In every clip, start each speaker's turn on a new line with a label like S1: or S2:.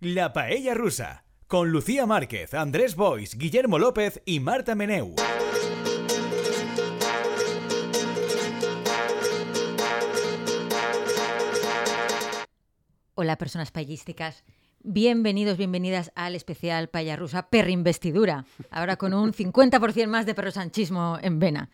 S1: La Paella Rusa, con Lucía Márquez, Andrés Bois, Guillermo López y Marta Meneu.
S2: Hola, personas payísticas. Bienvenidos, bienvenidas al especial Paella Rusa Perrinvestidura. Ahora con un 50% más de perrosanchismo en vena.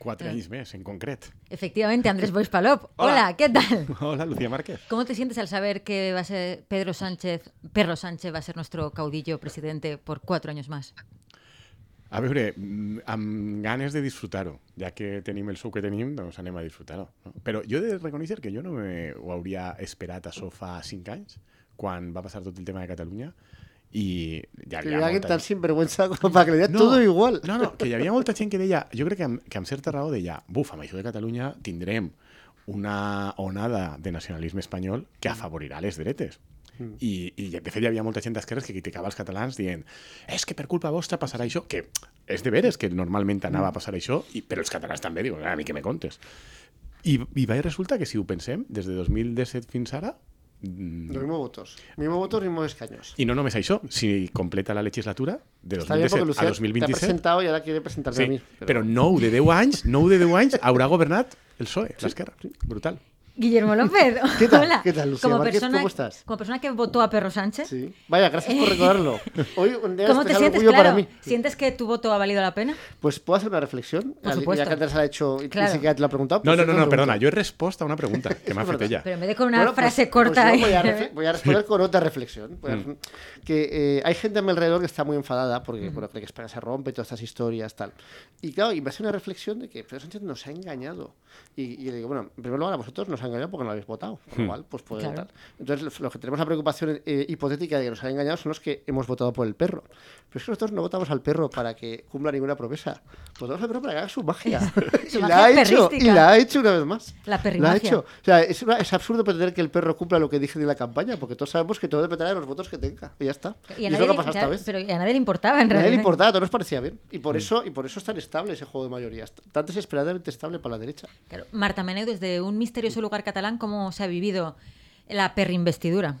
S3: Quatre anys més, en concret.
S2: Efectivamente, Andrés Bois Palop. Hola.
S3: Hola.
S2: ¿qué tal?
S3: Hola, Lucía Márquez.
S2: ¿Cómo te sientes al saber que va a ser Pedro Sánchez, Perro Sánchez va a ser nuestro caudillo presidente por cuatro años más?
S3: A veure, mm, amb ganes de disfrutar-ho, ja que tenim el sou que tenim, doncs anem a disfrutar-ho. No? Però jo he de reconèixer que jo no me ho hauria esperat a això fa cinc anys, quan va passar tot el tema de Catalunya, i ja
S4: Que
S3: havia
S4: le
S3: molta
S4: que tan
S3: gent-
S4: sinvergüenza como para que le digas todo igual.
S3: No, no, que hi havia molta gent que deia, jo crec que amb, que amb certa raó deia, buf, amb això de Catalunya tindrem una onada de nacionalisme espanyol que
S4: Mm.
S3: afavorirà les dretes. I, i de fet hi havia molta gent d'esquerres que criticava els catalans dient és que per culpa vostra passarà això que és de veres que normalment
S4: Mm.
S3: anava a passar això i, però els catalans també diuen, a mi que me contes i, i va i resulta que si ho pensem des de 2017 fins ara mm,
S4: Los mismos votos. Mismo votos, mismos escaños.
S3: i no només això, si completa la legislatura de
S4: Está bien porque
S3: 2017
S4: Lucía
S3: a
S4: te ha
S3: 2027
S4: presentado y ahora quiere presentarte
S3: Sí,
S4: a mí.
S3: però... però 9 de 10 anys, 9 de 10 anys haurà governat el PSOE, l'esquerra. Brutal.
S2: Guillermo López.
S4: ¿Qué tal?
S2: Hola.
S4: ¿Qué tal, Lucía
S2: como
S4: Márquez?
S2: persona,
S4: ¿Cómo estás?
S2: Como persona que votó a Perro Sánchez,
S4: Sí. Vaya, gracias por recordarlo. Hoy un día
S2: ¿cómo
S4: es
S2: te
S4: especial
S2: sientes?
S4: orgullo para
S2: Claro,
S4: mí.
S2: ¿sientes que tu voto ha valido la pena?
S4: Pues puedo hacer una reflexión.
S2: Por
S4: Al-
S2: supuesto.
S4: Ya que Andrés la ha hecho y
S2: Claro.
S4: ni siquiera te lo ha preguntado.
S3: No,
S4: pues
S3: no,
S4: yo
S3: no,
S4: te
S3: no,
S4: lo
S3: perdona,
S4: pregunto.
S3: jo he respost a una pregunta que m'ha
S4: és
S3: fet
S4: verdad.
S3: ella.
S2: Pero en vez de con una
S4: Bueno, pues-
S2: frase
S4: pues
S2: corta
S4: yo
S2: y-
S4: voy, a refe- voy a responder con otra reflexión. Voy a ref- que eh, hay gente a mi alrededor que está muy enfadada porque
S2: Mm.
S4: bueno, cree que España se rompe, todas estas historias, tal. Y claro, y me hace una reflexión de que Pedro Sánchez nos ha engañado. Y, y yo digo, bueno, en primer lugar, a vosotros nos ha engañado porque no lo habéis votado. Por lo cual, pues puede
S2: Claro.
S4: tal. Entonces, los- los que tenemos la preocupación eh, hipotética de que nos han engañado son los que hemos votado por el perro. Pero es que nosotros no votamos al perro para que cumpla ninguna promesa. Votamos al perro para que haga su magia.
S2: Su
S4: y
S2: magia
S4: la ha hecho, y
S2: perrística.
S4: la ha hecho una vez más.
S2: La
S4: La ha
S2: perrimagia.
S4: hecho. O sea, es, una- es absurdo pretender que el perro cumpla lo que dije en la campaña, porque todos sabemos que todo dependerá de los votos que tenga. Y ya está.
S2: Y a,
S4: es
S2: nadie,
S4: lo
S2: le-
S4: que ha pasado
S2: ya,
S4: esta vez.
S2: pero a nadie le importaba en
S4: A nadie
S2: realidad.
S4: le importaba, todo nos parecía bien. Y
S3: Mm.
S4: por, eso, y por eso es tan estable ese juego de mayorías. Tan desesperadamente estable para la derecha.
S2: Claro. Marta Meneu, desde un misterioso lugar catalán, ¿cómo se ha vivido la perrinvestidura?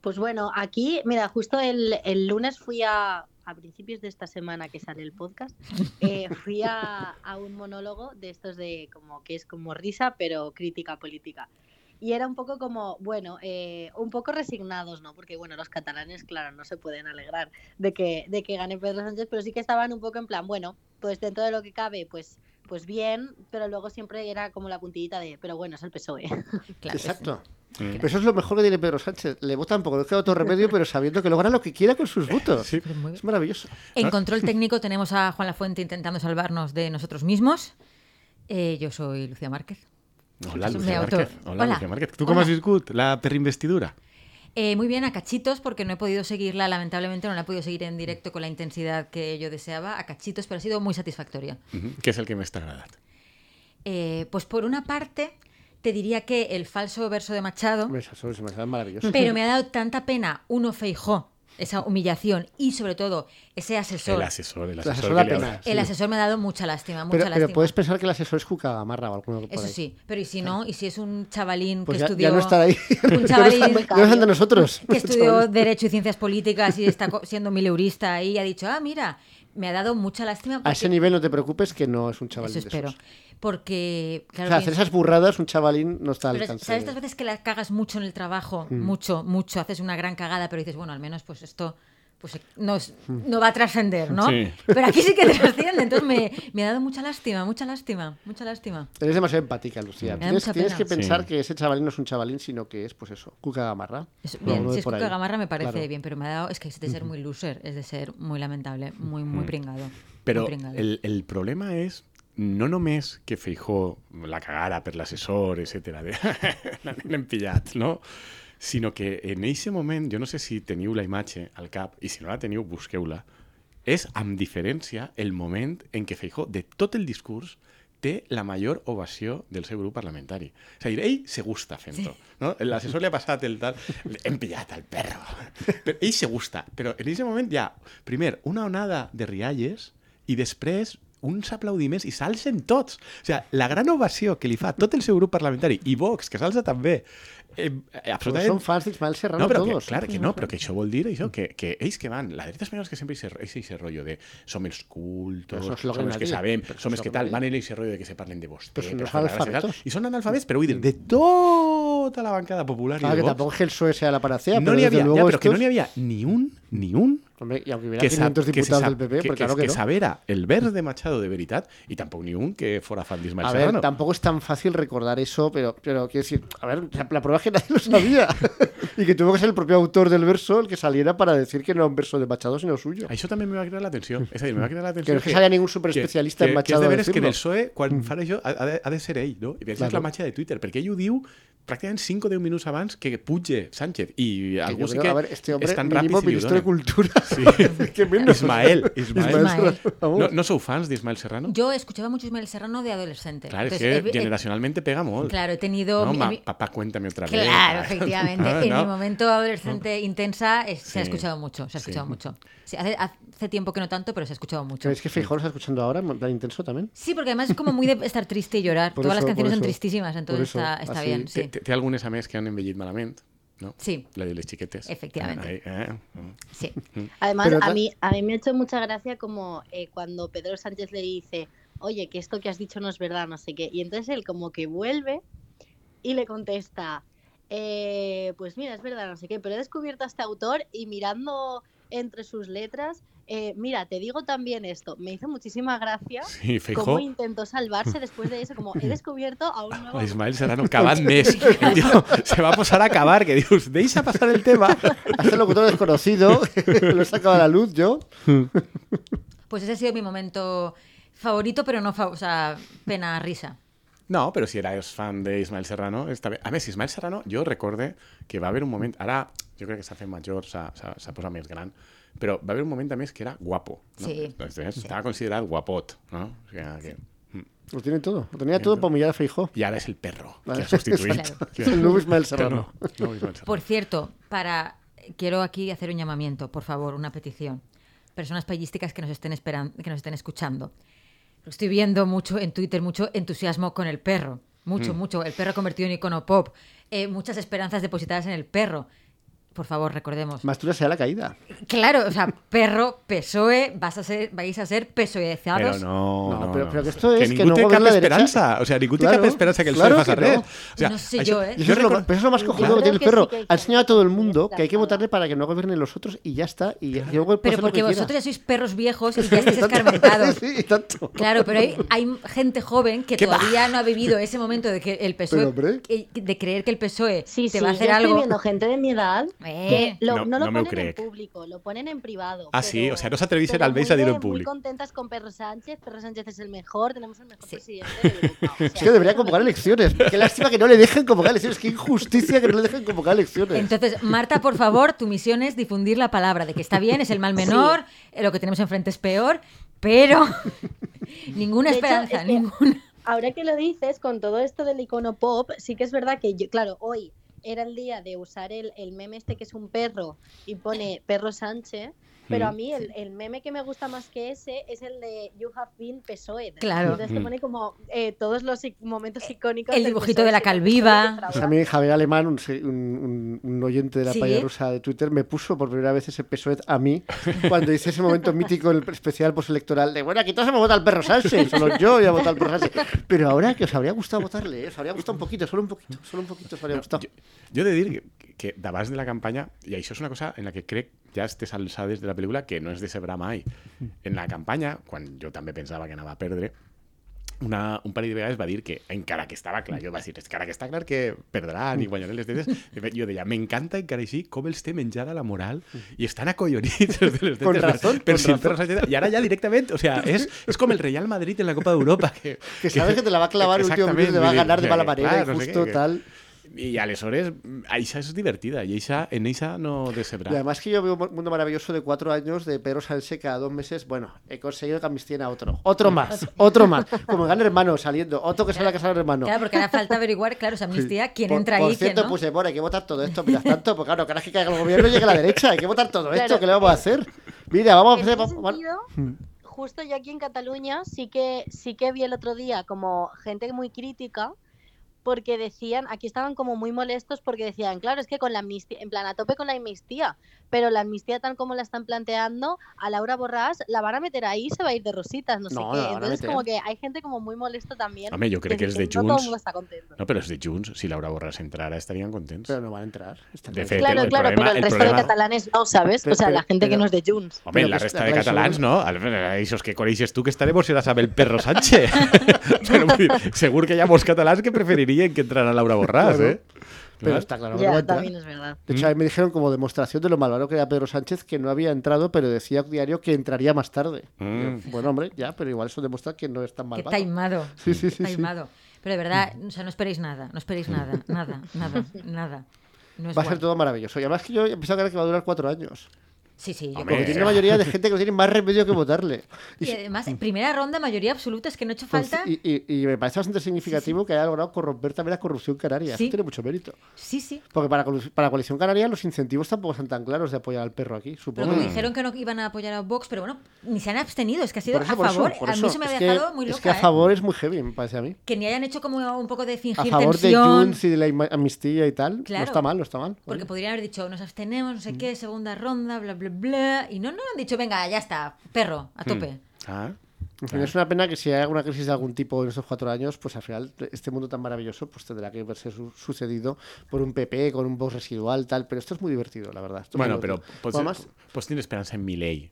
S5: Pues bueno, aquí, mira, justo el, el lunes fui a, a principios de esta semana que sale el podcast, eh, fui a, a un monólogo de estos de como que es como risa, pero crítica política. Y era un poco como, bueno, eh, un poco resignados, ¿no? Porque, bueno, los catalanes, claro, no se pueden alegrar de que, de que gane Pedro Sánchez, pero sí que estaban un poco en plan, bueno, pues dentro de lo que cabe, pues, pues bien, pero luego siempre era como la puntillita de, pero bueno, es el PSOE.
S2: Claro, es-
S4: Exacto.
S3: Mm.
S4: Pero eso es lo mejor que tiene Pedro Sánchez. Le votan poco, no queda otro remedio, pero sabiendo que logra lo que quiera con sus votos.
S3: Sí.
S2: pero muy-
S4: Es maravilloso.
S2: En control técnico tenemos a Juan Lafuente intentando salvarnos de nosotros mismos. Eh, yo soy Lucía Márquez.
S3: Hola,
S2: Me
S3: Lucía
S2: auto-
S3: Márquez. Hola,
S2: Hola.
S3: Lucía Márquez. Tu com
S2: Hola.
S3: has viscut la perrinvestidura?
S2: Eh, muy bien, a cachitos, porque no he podido seguirla, lamentablemente no la he podido seguir en directo con la intensidad que yo deseaba, a cachitos, pero ha sido muy satisfactoria.
S3: Mhm. Què és el que més t'ha agradat?
S2: Eh, pues por una parte, te diría que el falso verso de Machado,
S4: Hombre, eso es demasiado maravilloso.
S2: pero me ha dado tanta pena uno feijó, esa humillación y sobre todo ese asesor.
S3: El assessor, el
S4: L'assessor
S3: assessor
S4: la
S3: que li
S4: pena.
S3: haurà.
S2: El asesor me ha dado mucha lástima, mucha
S4: Pero,
S2: lástima.
S4: pero puedes pensar que el asesor es Cucagamarra o alguno por
S2: Eso
S4: ahí.
S2: sí, pero y si no, y si es un chavalín
S4: Pues
S2: que
S4: ya,
S2: estudió.
S4: ya no estará ahí.
S2: Un
S4: pues, ya no
S2: chavalín
S4: está, ya no está entre nosotros.
S2: que estudió Derecho y Ciencias Políticas y está co- siendo mileurista y ha dicho, ah, mira, me ha dado mucha lástima.
S4: A
S2: porque-
S4: Ah, ese nivel no te preocupes que no es un chaval
S2: Eso
S4: de
S2: espero.
S4: esos.
S2: Porque,
S4: O
S2: claro,
S4: sea, hacer
S2: pienso-
S4: esas burradas, un chavalín no está al
S2: pero
S4: alcance. Mm.
S2: ¿sabes estas veces que la cagas mucho en el trabajo? Mucho, mucho. Haces una gran cagada, pero dices, bueno, al menos pues esto pues no, es-
S4: Mm.
S2: no va a trascender, ¿no?
S3: Sí.
S2: Pero aquí sí que trasciende. Entonces me, me ha dado mucha lástima, mucha lástima, mucha lástima.
S4: Eres demasiado empática, Lucía.
S2: Me da
S4: Tienes,
S2: mucha
S4: tienes
S2: pena.
S4: que pensar
S3: Sí.
S4: que ese chavalín no es un chavalín, sino que es, pues eso, Cuca Gamarra.
S2: Es-
S4: O
S2: bien,
S4: alguno de
S2: si es
S4: por
S2: Cuca
S4: ahí.
S2: Gamarra me parece
S4: Claro.
S2: bien, pero me ha dado, es que es de ser muy loser, es de ser muy lamentable, muy,
S4: Mm.
S2: muy pringado.
S3: Però
S2: muy pringado.
S3: el, el problema és no només que Feijó la cagara per l'assessor, etc. L'hem pillat, no? Sinó que en eixe moment, jo no sé si teniu la imatge al cap, i si no la teniu, busqueu-la, és amb diferència el moment en què Feijó, de tot el discurs, té la major ovació del seu grup parlamentari. És a dir, ell se gusta fent-ho. No? L'assessor li ha passat el tal... Hem pillat el perro. Però ell se gusta. Però en aquest moment hi ha, primer, una onada de rialles i després uns aplaudiments i s'alcen tots. O sigui, la gran ovació que li fa tot el seu grup parlamentari i Vox, que s'alça també, eh,
S4: Pues
S3: absolutamente
S4: son fans de Ismael Serrano
S3: no, pero
S4: todos. Ah,
S3: Que, claro que no, pero que Choboldira y yo, que, que eis que van, la derecha española es que siempre hice, ese rollo de som els cultos,
S4: Però això és lo
S3: som
S4: que
S3: els que
S4: nadie,
S3: sabem,
S4: però això
S3: som els
S4: és lo
S3: que
S4: que
S3: tal,
S4: nadie.
S3: van en ese rollo de que se parlen de vos.
S4: Però són uns alfabetos.
S3: Y son analfabetos, pero huyen de toda la bancada popular y
S4: Claro
S3: de
S4: que
S3: Vox.
S4: tampoco es que el PSOE sea la panacea,
S3: no
S4: pero
S3: ni
S4: desde
S3: había, ya,
S4: luego
S3: pero que no
S4: estos-
S3: ni había ni un, ni un
S4: Hombre, y aunque hubiera
S3: que, sab-
S4: 500
S3: que se
S4: diputados
S3: sab-
S4: del PP,
S3: que-
S4: pero
S3: que-
S4: claro que,
S3: que
S4: no.
S3: sabera el verde Machado de veritat y tampoco ni un que fuera fan de Ismael
S4: A ver,
S3: Serrano.
S4: tampoco es tan fácil recordar eso, pero, pero quiero decir, a ver, la, la prueba es que nadie lo sabía. y que tuvo que ser el propio autor del verso el que saliera para decir que no era un verso de Machado, sino suyo.
S3: A Això també me va cridar l'atenció. És a dir, me va cridar
S4: que
S3: l'atenció
S4: no es que salía ningún superespecialista
S3: que-
S4: en
S3: que és
S4: Machado.
S3: de
S4: a
S3: veres que en el
S4: decirlo. Mm.
S3: PSOE, quan fa això, ha, ha de, ha de ser ell, no? I penses
S4: Claro.
S3: la matxa de Twitter, perquè ell ho diu pràcticament 5 o 10 minuts abans que puge Sánchez. I
S4: Que
S3: algú
S4: yo
S3: sí
S4: creo-
S3: que
S4: a ver, este hombre,
S3: és tan ràpid
S4: mínimo
S3: si li ho
S4: ministro de
S3: dona.
S4: Cultura.
S3: Sí.
S4: Qué menos.
S3: Ismael, Ismael.
S4: Ismael
S2: Ismael.
S4: Serrano, vamos.
S3: No, no sou fans d'Ismael Serrano?
S2: Yo pues, eh, escuchaba mucho Ismael Serrano de adolescente.
S3: Clar, és
S2: Entonces,
S3: que
S2: he- he-
S3: generacionalmente pega molt.
S2: Claro, he tenido...
S3: No,
S2: mi-
S3: ma,
S2: mi-
S3: papá, cuéntame otra vez.
S2: Claro, efectivamente.
S3: No,
S2: En
S3: no.
S2: el momento adolescente intensa es- se ha
S3: Sí.
S2: escuchado mucho, se ha escuchado
S3: Sí.
S2: mucho. Sí, hace, hace tiempo que no tanto, pero se ha escuchado mucho.
S4: ¿Sabéis que Feijóo lo está escuchando ahora en plan intenso también?
S2: Sí, porque además es como muy de estar triste y llorar.
S4: Por
S2: Todas las
S4: eso, por
S2: canciones son
S4: eso.
S2: tristísimas, entonces
S4: Por eso,
S2: está, está
S4: así.
S2: bien.
S3: Té,
S2: Sí.
S3: té, té algunes, a més, que han envellit malament, no?
S2: Sí.
S3: La de les xiquetes.
S2: Efectivamente.
S3: Ahí, eh?
S2: sí.
S5: Además,
S4: Pero ta-
S5: a, mí, a mí me ha hecho mucha gracia como eh, cuando Pedro Sánchez le dice, oye, que esto que has dicho no es verdad, no sé qué. Y entonces él como que vuelve y le contesta, "Eh, pues mira, es verdad, no sé qué, pero he descubierto a este autor y mirando entre sus letras, eh, mira, te digo también esto, me hizo muchísima gracia.
S3: Sí, Feijó.
S5: Cómo intentó salvarse después de eso, como he descubierto a un nuevo
S3: A Ismael Serrano, cavant més. El tio se va a posar a acabar, que dius, deixa passar el tema.
S4: Hace locutor desconocido, lo he sacado a la luz yo.
S2: Pues ese ha sido mi momento favorito, pero no, fa- o sea, pena risa.
S3: No, però si eres fan d'Ismael Serrano, està bé. A més, Ismael Serrano, jo recorde que va haver un moment... Ara, jo crec que s'ha fet major, s'ha s'ha- s'ha posat més gran, però va haver un moment, a més, que era guapo. No?
S2: Sí.
S3: Entonces, Estava considerat guapot, no? O sigui, que...
S4: Lo tiene todo. Lo tenía todo para humillar a Feijóo.
S3: I ara és el perro que
S4: Vale.
S3: ha substituït.
S2: Claro.
S4: Es el nuevo Ismael
S3: Que no,
S4: Serrano.
S3: no, Ismael Serrano.
S2: Por cierto, para quiero aquí hacer un llamamiento, por favor, una petición. Personas payísticas que nos estén esperan- que nos estén escuchando. Estoy viendo mucho en Twitter, mucho entusiasmo con el perro.
S4: Mm.
S2: Mucho, mucho. El perro convertido en icono pop. Eh, muchas esperanzas depositadas en el perro. Por favor, recordemos.
S4: Más dura sea la caída.
S2: Claro, o sea, perro, PSOE, E, vas a ser, vais a ser
S3: Però
S2: PSOEzados.
S3: no,
S4: No,
S3: no,
S4: però-
S3: no.
S4: però que esto és que
S3: ningú
S4: no
S3: té
S4: governa
S3: cap
S4: la
S3: esperança. O sigui, ningú té
S4: Claro,
S3: cap esperança que el
S4: claro
S3: PSOE faci
S4: que
S3: res.
S4: no.
S3: O sigui,
S2: No sé jo, eh.
S4: Y eso, es lo,
S3: recor-
S4: pero eso es lo más cojonudo
S5: Yo
S4: que tiene el
S5: creo que
S4: perro.
S5: sí que hay que
S4: ha enseñado a todo el
S5: hacer
S4: mundo
S5: esta
S4: que hay que
S5: parada.
S4: votarle para que no gobiernen los otros y ya está. Y, y luego puede
S2: Pero
S4: hacer Pues lo
S2: porque
S4: que quiera.
S2: vosotros ya sois perros viejos y ya estáis
S4: Tanto-
S2: escarmentados.
S4: sí, y tanto.
S2: Claro, pero hay, hay gente joven que
S3: ¿Qué va?
S2: todavía no ha vivido ese momento de que el PSOE,
S4: Pero, hombre.
S2: que- E, eh, de creer que el PSOE
S5: Sí,
S2: E te
S5: sí,
S2: va a
S5: yo
S2: hacer
S5: estoy
S2: algo.
S5: viendo gente de mi edad
S2: Eh.
S5: que lo-
S3: No,
S5: no,
S3: no
S5: lo
S3: me lo
S5: ponen en
S3: creo.
S5: público, lo ponen en privado.
S3: Ah, sí, o sea, no se atrevís a ir
S5: pero
S3: al Beis a
S5: muy
S3: decirlo
S5: de-
S3: en público.
S5: Muy contentas con Perro Sánchez, Perro Sánchez es el mejor, tenemos el mejor
S2: Sí.
S5: presidente de Europa. o
S4: Es
S5: sea,
S4: que debería convocar elecciones. Qué lástima que no le dejen convocar elecciones. Qué injusticia que no le dejen convocar elecciones.
S2: Entonces, Marta, por favor, tu misión es difundir la palabra de que está bien, es el mal menor, eh, lo que tenemos enfrente es peor, pero ninguna
S5: De hecho,
S2: esperanza,
S5: es que-
S2: ninguna.
S5: Ahora que lo dices, con todo esto del icono pop, sí que es verdad que yo, claro, hoy era el día de usar el, el meme este que es un perro y pone perro Sánchez, pero a
S3: Mm.
S5: mí el, el meme que me gusta más que ese es el de You Have Been PSOE.
S2: Claro.
S5: E
S2: Eh,
S5: Entonces te
S3: Mm.
S5: pone como eh, todos los i- momentos icónicos.
S2: El
S5: del
S2: dibujito
S5: PSOE,
S2: de la
S5: así como
S2: calviva.
S5: todo defraudado.
S4: Pues a mí Javier Alemán, un, se- un- un- un oyente de la
S2: Sí.
S4: paya rusa de Twitter, me puso por primera vez ese PSOE E a mí cuando hice ese momento mítico en el especial postelectoral de, bueno, aquí todos hemos votado al perro Sánchez, solo yo voy a votar al perro Sánchez. Pero ahora que os habría gustado votarle, ¿eh? os habría gustado un poquito, solo un poquito, solo un poquito os habría gustado.
S3: Jo he de dir que, que davant de la campanya, i això és una cosa en la que crec ja estes alçades de la pel·lícula que no es decebrà mai. En la campanya, quan jo també pensava que anava a perdre, una, un parell de vegades va dir que encara que estava clar, jo va dir, encara que està clar que perdran i guanyaran les tetes, de fet, jo deia, m'encanta encara així com els té menjada la moral i estan acollonits els de les tetes
S4: Con razón,
S3: per, per
S4: con
S3: si el
S4: razón.
S3: Pedro Sánchez- i ara ja directament, o sea, és, és com el Real Madrid en la Copa d'Europa que,
S4: Que sabes que te la va a clavar el último
S3: Exactament,
S4: minuto, te va a
S3: vull dir,
S4: ganar de mala
S3: que,
S4: manera,
S3: clar, no sé
S4: injusto,
S3: què, que-
S4: tal.
S3: I aleshores, mm, Aisha és divertida i Aisha, en Aisha no decebrà.
S4: Y además que yo veo un mundo maravilloso de cuatro años de Pedro Sánchez cada E dos meses. Bueno, he conseguido que amnistien a otro. Otro más, otro más. Como gana hermano saliendo. Otro que sale a casa del hermano.
S2: Claro, porque hará falta averiguar, claro, o sea, amnistía, quién
S4: Por-
S2: entra
S4: por
S2: ahí,
S4: cierto, pues,
S2: quién no.
S4: puse, bueno, hay que votar todo esto, mientras tanto, porque claro, cada vez que caiga el gobierno llegue la derecha, hay que votar todo esto,
S5: Claro.
S4: ¿qué le vamos a hacer? Mira, vamos a
S5: En
S4: hacer...
S5: ese
S4: vamos-
S5: sentido, justo yo aquí en Cataluña sí que sí que vi el otro día como gente muy crítica porque decían, aquí estaban como muy molestos porque decían, claro, es que con la amnistía, en plan a tope con la amnistía, pero la amnistía tal como la están planteando, a Laura Borrás la van a meter ahí y se va a ir de rositas, no, sé
S4: No, la van
S5: qué.
S4: a
S5: Entonces
S4: meter.
S5: como que hay gente como muy molesta también.
S3: Home, jo crec que és de
S5: No todo
S3: Junts.
S5: el mundo está contento.
S3: No, però és de Junts. Si Laura Borràs entrara, estarien contents.
S4: Pero no van a entrar. Está
S3: De
S4: clarísimo.
S3: fet, el-
S5: Claro,
S3: el
S5: claro,
S3: problema-
S5: pero el
S3: el
S5: resto
S3: problema-
S5: de catalanes no, ¿sabes?
S4: Pero-
S5: o sea, la
S4: pero-
S5: gente que
S4: pero-
S5: no es de Junts.
S3: Home,
S4: Però
S3: la
S4: que
S3: resta
S4: està
S3: de
S4: clar,
S3: catalans,
S4: això-
S3: no? Eixos que coneixes tu que estarem emocionats amb el perro Sánchez. Però vull dir, segur que hi ha molts catalans que preferirien que entrara Laura Borràs,
S4: Claro.
S3: eh?
S4: Pero
S3: Clar.
S4: está claro que no va a
S5: Ya,
S4: entrar.
S5: también es verdad.
S4: De
S3: Mm.
S4: hecho, a mí me dijeron como demostración de lo malvado que era Pedro Sánchez que no había entrado, pero decía diario que entraría más tarde.
S3: Mm.
S4: Yo, Bueno, hombre, ya, pero igual eso demuestra que no es tan
S2: Qué
S4: malvado.
S2: taimado.
S4: Sí, sí, sí, sí.
S2: taimado. Pero de verdad, o sea, no esperéis nada, no esperéis nada, nada, nada, nada. No es
S4: Va a ser
S2: guay.
S4: todo maravilloso. Y además que yo he pensado que era que va a durar cuatro años.
S2: Sí, sí, yo
S3: Hombre.
S4: Porque tiene una mayoría de gente que no tiene más remedio que votarle. Y,
S2: Y además, en primera ronda, mayoría absoluta, es que no ha hecho
S4: pues,
S2: falta.
S4: y- y- y me parece bastante significativo que haya logrado corromper también la corrupción canaria.
S2: Sí.
S4: Eso tiene mucho mérito.
S2: Sí, sí.
S4: Porque para, colu- para Coalición Canaria los incentivos tampoco están tan claros de apoyar al perro aquí,
S2: Pero
S4: supongo.
S2: como dijeron que no iban a apoyar a Vox, pero bueno, ni se han abstenido, es que ha sido
S4: Por eso,
S2: a
S4: por eso,
S2: favor.
S4: por
S2: a mí
S4: eso.
S2: eso me
S4: Es
S2: ha
S4: que-
S2: dejado muy loca.
S4: Es que a
S2: ¿eh?
S4: favor es muy heavy, me parece a mí.
S2: Que ni hayan hecho como un poco de
S4: a
S2: fingir
S4: favor de
S2: tensión.
S4: Junts y de la ima- amnistía y tal.
S2: Claro.
S4: No está mal, no está mal.
S2: Porque
S4: Oye. Mm.
S2: podrían haber dicho, nos abstenemos, no sé qué, segunda ronda, bla, bla, bla. Y no, no han dicho, venga, ya está, perro,
S4: Mm.
S2: a tope.
S3: Ah.
S4: En fin, es una pena que si hay alguna crisis de algún tipo en estos cuatro años, pues al final este mundo tan maravilloso pues tendrá que verse su- sucedido por un PP, con un box residual, tal. Pero esto es muy divertido, la verdad. Esto es muy
S3: Bueno, pues, però
S4: divertido.
S3: pots,
S4: Además,
S3: pots tenir esperança en Milei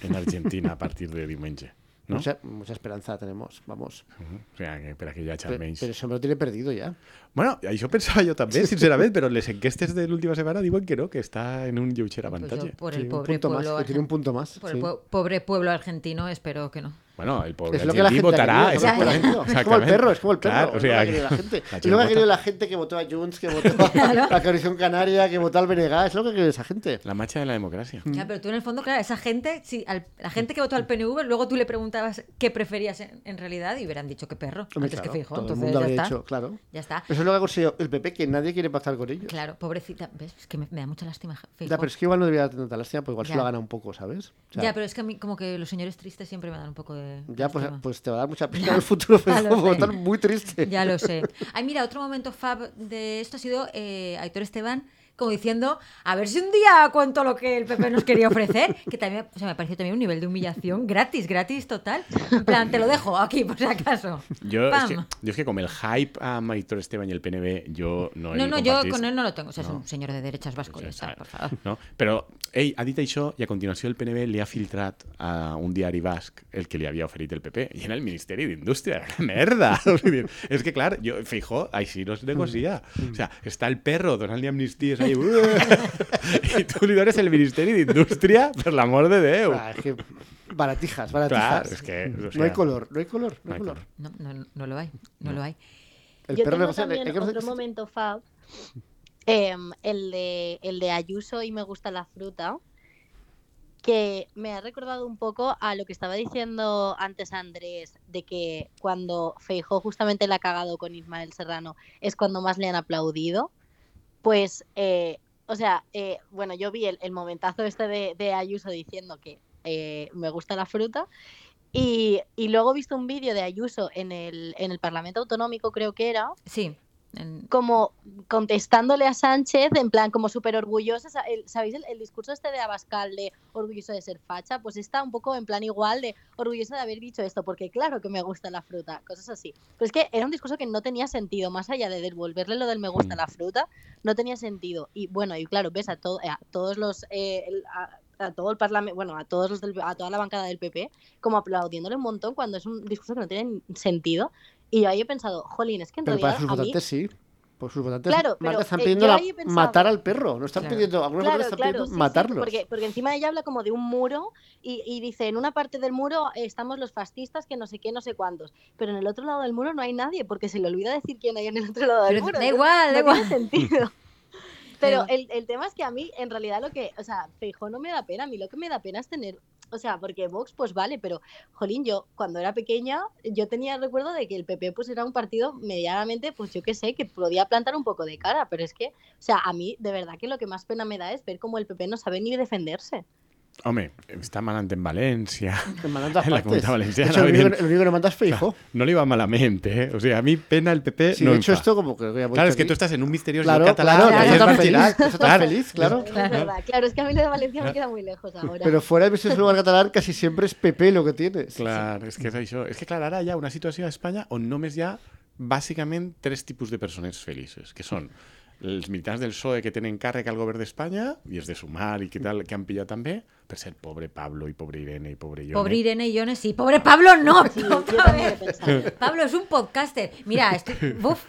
S3: en Argentina a partir de diumenge. No? Mhm.
S4: mucha, mucha esperanza tenemos, vamos.
S3: O sea, que per a que hi hagi
S4: Pe- Pero,
S3: almenys...
S4: eso me lo tiene perdido ya.
S3: Bueno, això pensava jo també, sincerament, però les enquestes de l'última setmana diuen que no, que està en un lleuger
S2: Pues
S3: avantatge.
S2: yo, por
S4: Sí,
S2: el
S4: un
S2: pobre
S4: punto más,
S2: pueblo
S4: que tiene un
S2: argen-
S4: punto más,
S2: por el
S4: sí.
S2: pue- pobre pueblo argentino, espero que no.
S3: Bueno, el pobre
S4: es lo que la
S3: argentí
S4: gente
S3: votará.
S4: ha querido, es lo que la
S3: exactamente,
S4: gente- Es como el
S3: exactamente.
S4: perro, es como el perro.
S3: Claro, o
S4: es lo que
S3: sea,
S4: ha querido la gente.
S3: la
S4: Es lo que ha
S3: gente vota.
S4: querido la gente que votó a Junts, que votó a, a Coalición Canaria, que votó al Benegá. Es lo que ha querido esa gente.
S3: La marcha de la democracia.
S4: Mm.
S2: Ya, pero tú en el fondo, claro, esa gente, si al- la gente que votó al PNV, luego tú le preguntabas qué preferías en, en realidad y hubieran dicho que perro.
S4: Hombre,
S2: antes
S4: claro,
S2: que fijo,
S4: todo el
S2: entonces
S4: mundo
S2: ya
S4: habría
S2: está.
S4: hecho, claro.
S2: Ya está.
S4: Eso es lo que ha conseguido el PP, que nadie quiere pactar con ellos.
S2: Claro, pobrecita. ¿Ves? Es que me, me da mucha lástima. Feijóo.
S4: Ya, pero es que igual no debería tener tanta lástima, pues igual
S2: Ya.
S4: se lo gana un poco, ¿sabes? O sea,
S2: Ya, pero es que a mí como que los señores tristes siempre me dan un poco de...
S4: ya, pues,
S2: lástima.
S4: pues te va a dar mucha pena en el futuro,
S2: Ya lo
S4: pero va a
S2: sé.
S4: estar muy triste.
S2: Ya lo sé. Ay, mira, otro momento fab de esto ha sido eh, Aitor Esteban como diciendo, a ver si un día cuento lo que el PP nos quería ofrecer, que también o sea, me pareció también un nivel de humillación gratis, gratis total. En plan, te lo dejo aquí por si acaso.
S3: Yo es,
S2: Pam.
S3: que, yo es que como el hype a Maritor Esteban y el PNB, yo no he
S2: No, no, yo
S3: compartit.
S2: con él no lo tengo. O sea, es
S3: No. Pues
S2: un señor de derechas vasco, ya está, por favor.
S3: No? Però, ei, ha dit això i a continuació el PNB li ha filtrat a un diari basc el que li havia oferit el PP i era el Ministeri d'Indústria, era una merda Vull dir, és que clar, jo, fijo, així no es negocia o sea, està el perro donant-li amnisties ahí, uh, i tu li dones el Ministeri d'Indústria per l'amor de Déu
S4: Ah, es que baratijas,
S3: clar,
S4: baratijas.
S3: és que o
S4: no
S3: sea,
S4: hay color, no hay color, no hay color.
S2: No, no, no lo hay, no, lo hay.
S4: El
S5: Yo
S4: perro
S5: tengo
S4: negocia-
S5: también
S4: hay que
S5: otro
S4: negociar-
S5: momento fab, em, el, de, el de Ayuso y me gusta la fruta, que me ha recordado un poco a lo que estaba diciendo antes Andrés, de que cuando Feijó justamente la ha cagado con Ismael Serrano, es cuando más le han aplaudido. Pues, eh, o sea, eh, bueno, yo vi el, el momentazo este de, de Ayuso diciendo que eh, me gusta la fruta. Y, y luego he visto un vídeo de Ayuso en el, en el Parlamento Autonómico, creo que era,
S2: Sí. en-
S5: como contestándole a Sánchez, en plan, como súper orgullosa. sa- el- ¿Sabéis el, el discurso este de Abascal de orgulloso de ser facha? Pues está un poco en plan igual de orgullosa de haber dicho esto, porque claro que me gusta la fruta, cosas así. Pero es que era un discurso que no tenía sentido, más allá de devolverle lo del me gusta
S3: Mm.
S5: la fruta, no tenía sentido. Y bueno, y claro, ves a, to- a todos los. eh, el- a, a todo el parlamento, bueno, a todos los del- a toda la bancada del PP, como aplaudiéndole un montón cuando es un discurso que no tiene ni sentido. Y yo ahí he pensado, jolín, es que en
S4: Pero para
S5: realidad
S4: sus
S5: a mí
S4: votantes sí. Pues sus votantes
S5: Claro,
S4: Marta,
S5: pero,
S4: están
S5: eh,
S4: pidiendo
S5: yo
S4: la-
S5: ahí he pensado-
S4: matar al perro. No están
S2: Claro.
S4: pidiendo, algunos votantes están pidiendo
S5: sí, sí,
S4: matarlos.
S5: porque, porque encima ella habla como de un muro y, y dice, en una parte del muro eh, estamos los fascistas que no sé qué, no sé cuántos, pero en el otro lado del muro no hay nadie porque se le olvida decir quién hay en el otro lado del
S2: Pero
S5: muro.
S2: da
S5: entonces
S2: igual, da
S5: no
S2: igual.
S5: tiene sentido. Pero
S2: igual.
S5: el, el tema es que a mí, en realidad, lo que, o sea, Feijó no me da pena, a mí lo que me da pena es tener, o sea, porque Vox, pues vale, pero, jolín, yo cuando era pequeña, yo tenía el recuerdo de que el PP, pues era un partido medianamente, pues yo qué sé, que podía plantar un poco de cara, pero es que o sea, a mí de verdad que lo que más pena me da es ver cómo el PP no sabe ni defenderse.
S3: Home, està malant en València.
S4: En mandas
S3: En la Comunidad Valenciana,
S4: el, único,
S3: bien.
S4: el único que no manda es Feijóo.
S3: No le iba malamente, ¿eh? O sea, a mí pena el PP
S4: Sí,
S3: no
S4: de hecho,
S3: enfa.
S4: esto como que... ya
S3: Claro,
S4: hemos dicho
S3: es que
S4: aquí.
S3: tú estás en un misterioso
S4: Claro,
S3: catalán.
S4: claro,
S2: claro,
S3: ahí es
S2: estás
S3: València.
S4: feliz, estás
S3: Claro.
S4: feliz, claro. Ah.
S5: Es verdad, claro, es que a mí lo de Valencia me queda muy lejos ahora.
S4: Pero fuera de ese lugar catalán casi siempre es PP lo que tienes.
S3: Clar, és que és això. És que, clar, ara hi ha una situació a Espanya on només hi ha bàsicament tres tipus de persones felices, que són els militants del PSOE E que tenen càrrec al govern d'Espanya i els de Sumar i que tal, que han pillat també, per ser pobre Pablo i pobre Irene i pobre Ione.
S2: Pobre Irene Iones, sí. Pobre Pablo, no.
S5: Sí, yo
S2: Vamos a
S5: también lo
S2: ver.
S5: pensaba.
S2: Pablo es un podcaster. Mira, estoy. Buf,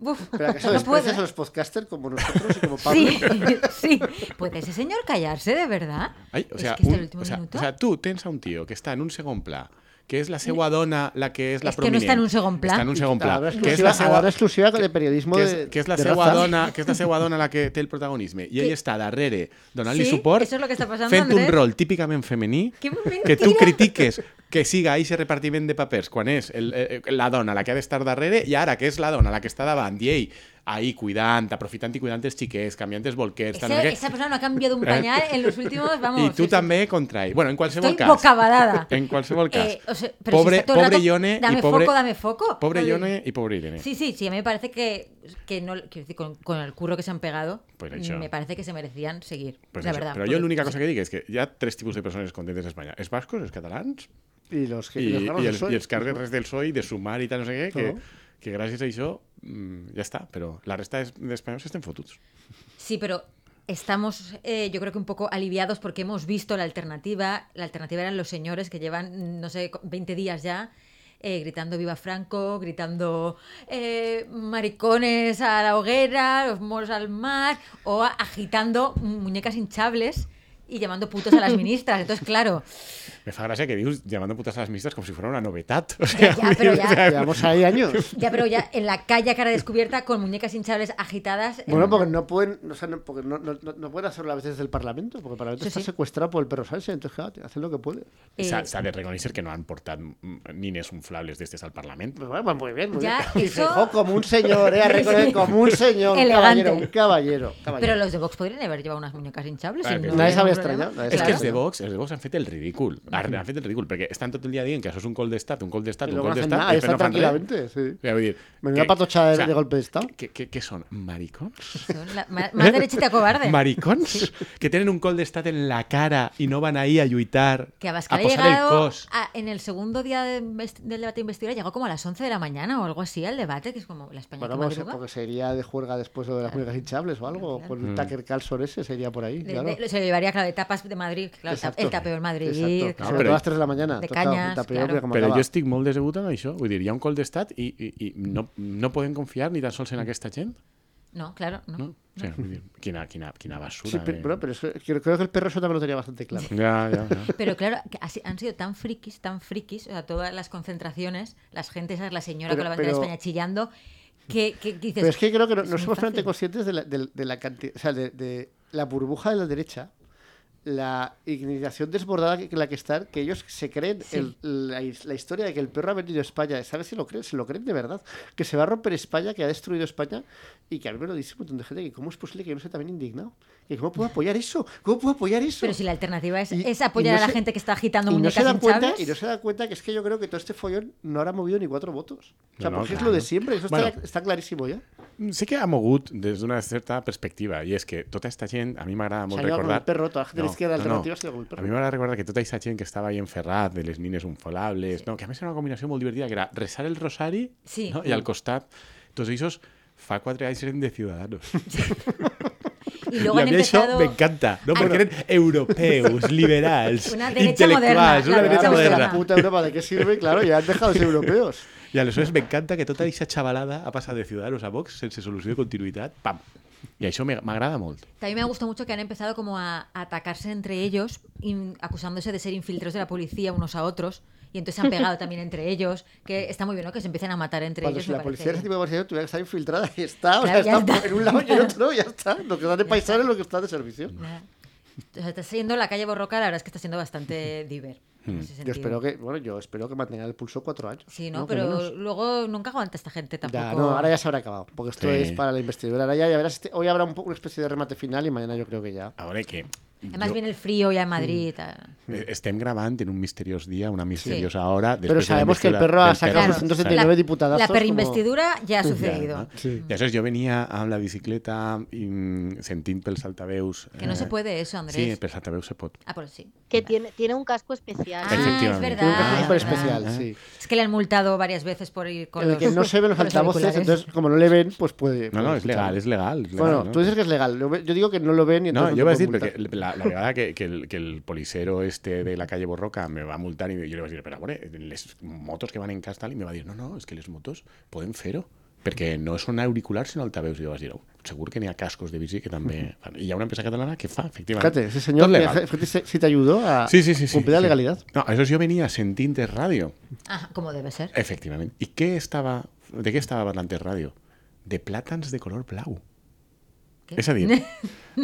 S2: buf.
S4: Pero ¿acaso
S2: No puedo.
S4: desprecias a los podcasters como nosotros y como Pablo?
S2: Sí, sí. ¿Puede ese señor callarse de verdad?
S3: Ai, o
S2: Es
S3: sea,
S2: que hasta el
S3: un,
S2: último
S3: o sea,
S2: minuto.
S3: o sea, tu tens a un tio que està en un segon pla, que és la seua dona, la que és la
S2: És que no està en un segon pla.
S3: Està en un segon pla.
S4: Palabra
S3: Que és
S4: exclusiva,
S3: la seua,
S4: palabra exclusiva de periodismo
S3: que és,
S4: de,
S3: que és la
S4: de
S3: seva
S4: raza.
S3: dona, que és la seva dona la que té el protagonisme. I ell
S2: Que-
S3: està darrere donant-li
S2: Sí,
S3: suport,
S2: això és lo que està passant,
S3: fent
S2: Andrés.
S3: un rol típicament femení,
S2: Que mentira.
S3: que tu critiques que siga ese repartiment de papers quan és el, eh, la dona la que ha d'estar darrere i ara que és la dona la que està davant i ell ahí cuidant, aprofitant i cuidant els xiquets, canviant els bolquers... tal, no
S2: Ese-
S3: sé què.
S2: esa persona no ha cambiado un pañal en los últimos, vamos.
S3: I tu
S2: sí, sí.
S3: també contra ell. Bueno, en qualsevol
S2: Estoy
S3: cas...
S2: bocabadada.
S3: En qualsevol cas.
S2: Eh, o sea, pero si
S3: pobre,
S2: está todo el
S3: pobre
S2: rato,
S3: Ione
S2: dame
S3: i pobre...
S2: foco, dame foco.
S3: Pobre
S2: No le-
S3: Ione i pobre Irene.
S2: Sí, sí, sí, a mí me parece que, que no, quiero decir, con, con el curro que se han pegado,
S3: Pues hecho.
S2: me parece que se merecían seguir,
S3: Pues
S2: la
S3: això.
S2: verdad.
S3: Però
S2: porque-
S3: jo l'única cosa que dic és que hi ha tres tipus de persones contentes a Espanya. Els bascos, els catalans
S4: Y los que
S3: i,
S4: los
S3: i,
S4: cargos del
S3: els,
S4: PSOE.
S3: i els càrregues del PSOE, de sumar i tal, no sé què, que,
S4: Claro.
S3: que gràcies a això mm, ja està. Però la resta d'es- d'espanyols estem fotuts.
S2: Sí, pero estamos, eh, yo creo que un poco aliviados porque hemos visto la alternativa. La alternativa eran los señores que llevan, no sé, 20 días ya. eh, gritando viva Franco, gritando eh, maricones a la hoguera, los moros al mar, o a- agitando muñecas hinchables y llamando putos a las ministras. Entonces, claro,
S3: Me fa gràcia que dius llamando putas a las ministres com si fuera una novetat. O
S2: ya, pero ya,
S4: Llevamos ahí años.
S2: Ya, pero ya en la calle a cara descubierta con muñecas hinchables agitadas. eh,
S4: Bueno, porque no pueden, o sea, no, porque no, no, no- no pueden hacerlo a veces desde el Parlamento, porque el Parlamento
S2: Sí,
S4: está
S2: sí.
S4: secuestrado por el perro Sánchez, entonces claro, hacen lo que pueden.
S2: eh,
S3: S'ha s'ha de reconèixer que no han portat mm, nines unflables d'estes al Parlament.
S4: Pues bueno, pues muy bien, muy
S2: Ya,
S4: bien. Y
S2: eso-
S4: Feijóo como un señor, eh, a reconocer, como un señor, un
S2: Elegante.
S4: caballero, un caballero. caballero.
S2: pero los de Vox podrían haber llevado unas muñecas hinchables.
S3: Claro
S2: y
S3: que
S2: no
S3: sí.
S2: habría
S4: Nadie se habría
S2: ningún problema.
S4: extrañado, nadie se
S3: És
S4: Claro.
S3: que els de Vox, els de Vox han fet el ridícul. Han han fet el ridícul, perquè estan tot el dia dient que això és un col d'estat, un col d'estat,
S4: Y
S3: un
S4: luego no
S3: col
S4: hacen
S3: d'estat,
S4: nada,
S3: i
S4: ahí
S3: després
S4: están
S3: no fan res.
S4: tranquilamente, sí.
S3: O sigui, vull dir,
S4: Menuda
S3: que-
S4: patochada de-
S3: o sea,
S4: de golpe de estado.
S3: ¿Qué, qué, qué son? ¿Maricons?
S2: Son la- más, más derechita cobarde.
S3: ¿Maricons? Que tienen un col de estat en la cara y no van ahí a lluitar,
S2: que
S3: a
S2: Abascal ha
S3: posar el
S2: llegado
S3: cos.
S2: a- en el segundo día de invest- del debate de investidura, llegó como a las 11 de la mañana o algo así al debate, que es como la España
S4: Bueno,
S2: que
S4: pues,
S2: madruga.
S4: porque sería de juerga después lo de las muñecas hinchables o algo,
S2: Claro,
S4: con el Tucker Carlson ese sería por ahí,
S2: De-
S4: claro.
S2: de- se lo llevaría, claro, de tapas de Madrid, claro, el tap- el
S4: Exacto.
S2: tapeo en Madrid.
S4: Exacto.
S3: No,
S4: Sobre
S3: pero-
S4: todo a las 3 de la mañana.
S2: De
S4: Total,
S2: cañas,
S4: tapeo,
S2: claro.
S4: mira com
S3: Però
S4: acaba.
S3: jo estic molt decebut amb això. Vull dir, hi ha un col d'estat i, i, i no, no podem confiar ni tan sols en aquesta gent?
S2: No, claro, no.
S4: ¿Mm?
S3: No? O sigui, vull dir, quina, quina, quina basura.
S4: Sí,
S3: eh?
S4: pero, bueno, pero es que creo, creo que el perro eso también lo tenía bastante claro.
S3: Ja, ja, ja.
S2: Pero claro, que ha si- han sido tan frikis, tan frikis, o sea, todas las concentraciones, las gentes, la señora
S4: Pero-
S2: con la bandera
S4: pero-
S2: de España chillando, que, que dices...
S4: Pero es que creo que no, no
S2: muy
S4: somos
S2: fácil.
S4: bastante conscientes de la, de, de la cantidad, o sea, de, de la burbuja de la derecha, la ignición desbordada que- en la que están, que ellos se creen
S2: Sí.
S4: el- la, his- la historia de que el perro ha venido a España, ¿sabes si lo creen? Se lo creen de verdad, que se va a romper España, que ha destruido España, y que a mí me lo dice un montón de gente, que cómo es posible que yo no sea también indignado, que cómo puedo apoyar eso, cómo puedo apoyar eso.
S2: Pero si la alternativa es,
S4: Y-
S2: es
S4: y
S2: apoyar
S4: no
S2: a la
S4: se-
S2: gente que está agitando
S4: y no
S2: muñecas
S4: se da cuenta
S2: hinchables.
S4: y no se da cuenta que es que yo creo que todo este follón no habrá movido ni cuatro votos o sea
S3: No, no,
S4: porque es
S3: claro.
S4: lo de siempre eso
S3: Bueno.
S4: está, está clarísimo ya
S3: Sí que ha mogut des d'una certa perspectiva i és que tota aquesta gent, a mi m'agrada molt
S4: Se ha ido
S3: recordar...
S4: con el perro, tota la gent de l'esquerra alternativa se ha ido con el perro.
S3: A mi m'agrada recordar que tota aquesta gent que estava ahí en Ferrat, de les nines unfolables... No, que a més era una combinació molt divertida, que era resar el rosari
S2: Sí.
S3: no? i al costat. Tots ells fa quatre anys eren de Ciudadanos.
S2: Y
S3: I
S2: luego han
S3: a mi això
S2: empezado...
S3: m'encanta, no? perquè eren europeus, liberals,
S2: Una derecha
S3: intel·lectuals,
S2: moderna,
S3: una
S2: la
S3: dreta
S2: derecha
S3: moderna.
S4: la puta Europa de qué sirve claro ya han dejado de ser europeos
S3: I aleshores m'encanta que tota aquesta xavalada ha passat de Ciudadanos a Vox sense solució de continuïtat, pam. I això m'ag- m'agrada molt.
S2: También me ha gustado mucho que han empezado como a, a atacarse entre ellos, in- acusándose de ser infiltrados de la policía unos a otros. Y entonces se han pegado también entre ellos, que está muy bien, ¿no? Que se empiecen a matar entre
S4: cuando
S2: ellos.
S4: si
S2: me
S4: la
S2: parece
S4: policía de ese
S2: bien.
S4: tipo de conversación tuviera que estar infiltrada y está, o
S2: Claro,
S4: sea,
S2: ya
S4: está
S2: está.
S4: en un lado y en otro ya está lo que dan de paisano es lo que está de servicio
S2: Ya. O sea, está siendo la calle Borroca, la verdad es que está siendo bastante diver. en ese
S4: Hmm. yo
S2: sentido.
S4: espero que bueno yo espero que mantengan el pulso cuatro años
S2: Sí, ¿no?
S4: ¿no? Que
S2: Pero
S4: menos.
S2: luego nunca aguanta esta gente tampoco.
S4: Ya, no, ahora ya se habrá acabado, porque esto
S3: Sí.
S4: es para la investidura. Ahora ya, ya verás, este- hoy habrá un poco una especie de remate final y mañana yo Hmm. creo que ya.
S3: A veure, que
S2: Además
S3: Yo-
S2: viene el frío ya a Madrid. tal.
S3: Eh, Estem gravant en un misteriós dia, una misteriosa hora.
S4: Però sabemos que el perro ha sacado
S2: Claro.
S4: los 179
S2: La-
S4: diputados.
S2: La perinvestidura ya ha sucedido.
S4: Sí.
S3: I aleshores jo venia amb la bicicleta i mm, sentint pels altaveus... eh,
S2: Que
S4: Eh,
S2: no se puede eso,
S3: Sí,
S2: Andrés.
S3: pels altaveus se pot.
S2: Ah, pero sí.
S5: Que tiene, tiene un casco especial.
S2: Ah, es
S3: Efectivamente.
S4: Tiene un
S2: verdad.
S4: caso
S5: Ah,
S4: súper
S2: es verdad.
S4: especial, sí.
S2: Es que le han multado varias veces por ir con
S4: En el
S2: los
S4: que no se ven los
S2: con los
S4: altavoces,
S2: auriculares.
S4: entonces como no le ven, pues puede...
S3: No, no,
S4: puede
S3: és legal,
S4: escucharlo.
S3: és legal. És legal
S4: Bueno,
S3: no?
S4: tú dices que es legal. Yo yo digo que no lo ven y
S3: No, yo
S4: entonces... te
S3: voy a decir,
S4: pueden multar.
S3: porque la, la verdad que, que el, que el policero este de la calle Borroca me va a multar y yo le voy a decir, pero bueno, les motos que van en cas tal, y me va a decir, no, no, es que les motos pueden cero, porque no son auriculars sinó altaveus. I jo vaig dir, "Oh, segur que n'hi ha cascos de bici que també fan". I hi ha una empresa catalana que fa, efectivamente.
S4: Fíjate, ese señor que-
S3: legal.
S4: fíjate si- si te ayudó a
S3: Sí, sí, sí, sí,
S4: cumplir la
S3: sí.
S4: legalidad.
S3: No, eso yo venía sentint de radio.
S2: Ah, como debe ser.
S3: Efectivamente. ¿Y qué estaba, de qué estaba parlant radio? De plàtans de color blau.
S2: ¿Qué?
S3: És a dir,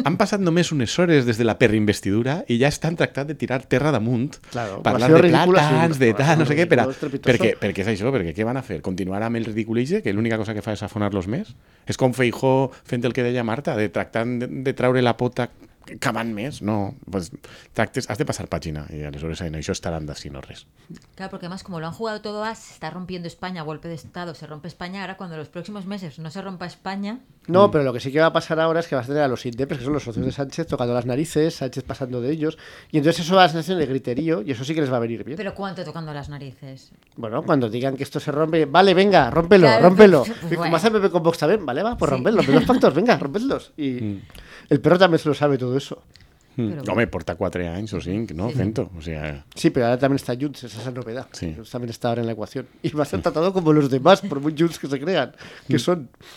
S3: han passat només unes hores des de la perrinvestidura i ja estan tractant de tirar terra damunt,
S4: Claro,
S3: parlant
S4: ha sido
S3: de
S4: ridícul, ha sido
S3: plàtans, de
S4: ridícul, ha
S3: tal, no
S4: sido
S3: sé què, per, a-
S4: ridícul, estrepitoso.
S3: perquè, perquè és això, perquè què van a fer? Continuar amb el ridiculice, que l'única cosa que fa és afonar-los més? És com Feijó fent el que deia Marta, de tractant de, de traure la pota cavant més? No, pues, tractes, has de passar pàgina i aleshores en això estaran d'ací no res.
S2: Claro, porque además como lo han jugado todo a se está rompiendo España, golpe de Estado, se rompe España, ahora cuando en los próximos meses no se rompa España,
S4: No,
S3: Mm.
S4: pero lo que sí que va a pasar ahora es que vas a tener a los indepes, que son los socios de Sánchez, tocando las narices, Sánchez pasando de ellos, y entonces eso va a ser una sensación de griterío, y eso sí que les va a venir bien.
S2: pero cuánto tocando las narices.
S4: Bueno, cuando digan que esto se rompe, vale, venga, rómpelo,
S2: Claro,
S4: rómpelo.
S2: pues,
S4: Y
S2: bueno.
S4: Como hace Pepe con Vox también, vale, va, pues
S2: Sí.
S4: rompedlos, los pactos, venga, rompedlos. Y
S3: Mm.
S4: el perro también se lo sabe todo eso.
S2: Pero
S3: Home, Hmm. porta 4 anys o 5, no?
S2: Sí, sí.
S3: Fento, o sea...
S4: Sí, pero ahora también está Junts, esa es la novedad.
S3: Sí.
S4: Junts también está ahora en la ecuación. Y va a ser tratado como los demás, por muy Junts que se crean, que
S3: Mm.
S4: son...
S3: Pues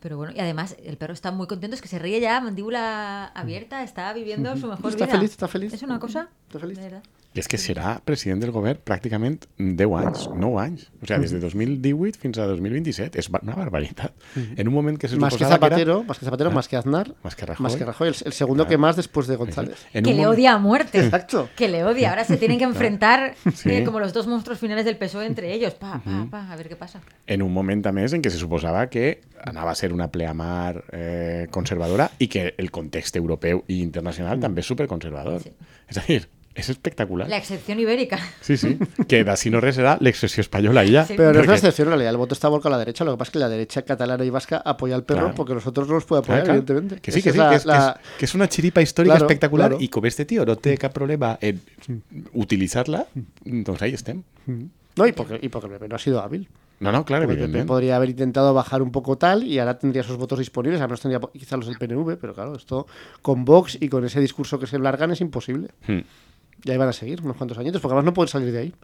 S2: Pero bueno, y además el perro está muy contento, es que se ríe ya, mandíbula abierta, está viviendo su mejor
S4: Está
S2: vida.
S4: feliz, está feliz.
S2: Es una cosa.
S4: Está feliz.
S2: de verdad.
S3: És que serà president del govern pràcticament 10 anys, 9 anys. O sigui, des de 2018 fins a 2027. És ba- una barbaritat. En un moment que se
S4: Más que
S3: suposava que
S4: Zapatero,
S3: era... Ah.
S4: más que Zapatero, más que Aznar,
S3: Más que Rajoy. Eh,
S4: el, el segundo que más después de González.
S3: En
S2: que
S3: un
S2: le
S3: moment-
S2: odia a muerte.
S4: Exacto.
S2: Que le odia. Ahora se tienen que enfrentar
S3: Sí.
S2: eh, como los dos monstruos finales del PSOE E entre ellos. Pa, pa, pa, a ver qué pasa.
S3: en un moment, a més, en què se suposava que anava a ser una pleamar eh, conservadora i que el context europeu i internacional també és superconservador.
S2: Mm. Sí.
S3: És a dir, és espectacular.
S2: La excepción ibérica.
S3: Sí, sí. Que d'ací no res serà l'excepció espanyola i ja.
S2: Sí.
S4: Pero no es una
S3: Perquè-
S4: excepción, en realidad. El voto está volcado a la derecha. Lo que pasa es que la derecha catalana y vasca apoya al perro
S3: Claro.
S4: porque nosotros no los puede
S3: Clar,
S4: apoyar,
S3: clar.
S4: Ah, evidentemente.
S3: Que sí,
S4: Esa
S3: que sí,
S4: la-
S3: que és,
S4: la-
S3: que és, que és una xiripa històrica
S4: Claro,
S3: espectacular
S4: claro.
S3: i com este tio no té cap problema eh, en utilitzar-la, doncs ahí estem.
S4: No, y porque, y porque el PP no ha sido hábil.
S3: este, No, no, claro,
S4: Porque el PP
S3: evidentment.
S4: podría haber intentado bajar un poco tal y ahora tendría sus votos disponibles. Al menos tendría po- quizá los del PNV, pero claro, esto con Vox y con ese discurso que se largan es imposible.
S3: Hmm.
S4: Y ahí van a seguir unos cuantos añitos, porque además no pueden salir de ahí.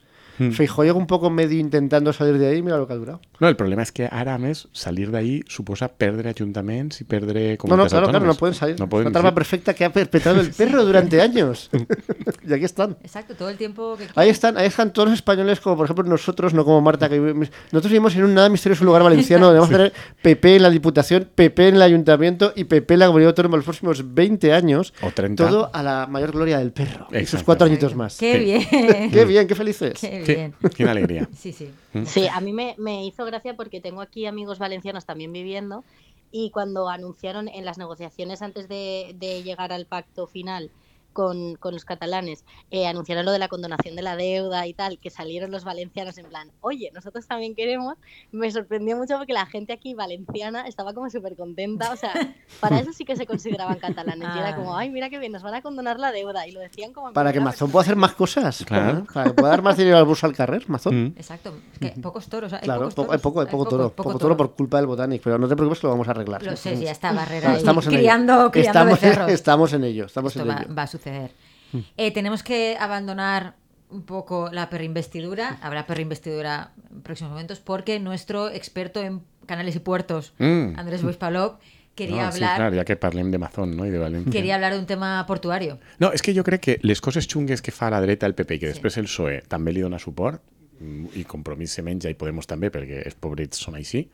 S3: Hmm.
S4: Feijóo llega un poco medio intentando salir de ahí, mira lo que ha durado.
S3: No, el problema és que ara, a més, salir d'ahí suposa perdre ajuntaments i perdre
S4: No, no,
S3: comunitats
S4: claro, claro, no
S3: autònomes.
S4: pueden salir.
S3: No
S4: es
S3: poden
S4: una trampa
S3: sí.
S4: perfecta que ha perpetrado el perro durante años. y aquí están.
S2: Exacto, todo el tiempo que
S4: Ahí están, ahí están todos los españoles, como por ejemplo nosotros, no como Marta, que vivimos- nosotros vivimos en un nada misterioso lugar valenciano, donde vamos a tener PP en la Diputación, PP en el Ayuntamiento y PP en la Comunidad Autónoma los próximos 20 años.
S3: O 30.
S4: Todo a la mayor gloria del perro. y sus
S3: Exacto.
S4: cuatro añitos más.
S2: Qué
S3: Sí.
S2: bien.
S4: Qué bien, qué felices.
S2: Qué
S3: Sí,
S2: bien.
S3: quina alegria.
S2: Sí, sí.
S5: Sí, a mí me, me hizo gracia porque tengo aquí amigos valencianos también viviendo y cuando anunciaron en las negociaciones antes de, de llegar al pacto final con, con los catalanes, eh, anunciaron lo de la condonación de la deuda y tal, que salieron los valencianos en plan, oye, nosotros también queremos, me sorprendió mucho porque la gente aquí valenciana estaba como súper contenta, o sea, para eso sí que se consideraban catalanes, y era como, ay, mira qué bien, nos van a condonar la deuda, y lo decían como... en
S4: Ah. Para que
S5: plan,
S4: Mazón pueda hacer más cosas.
S3: Claro.
S4: Para, para que pueda dar más dinero al burso al carrer, Mazón.
S3: Mm.
S2: Exacto. Es que pocos toros. Hay
S4: Claro,
S2: pocos
S4: po-
S2: toros,
S4: hay poco, hay poco toro. Poco, toro por culpa del Botanic, pero no te preocupes que lo vamos a arreglar.
S2: Lo sé, ya está barrera.
S4: Claro,
S2: ahí,
S4: estamos en ello.
S2: criando, criando
S4: estamos,
S2: becerros.
S4: estamos en ello, estamos
S2: Esto
S4: en
S2: va,
S4: ello.
S2: va a suceder.
S3: Mm.
S2: Eh, tenemos que abandonar un poco la
S3: Mm.
S2: perrinvestidura. Habrá perrinvestidura en próximos momentos porque nuestro experto en canales y puertos,
S3: Mm.
S2: Andrés Boispalov, quería
S3: no, Sí,
S2: hablar
S3: clar, ja que parlem de Mazón no? i de València.
S2: quería hablar de un tema portuario.
S3: No, és que jo crec que les coses xungues que fa a la dreta el PP i que després el PSOE E també li dona suport, mm, i Compromís se menja i Podemos també, perquè els pobrets són així,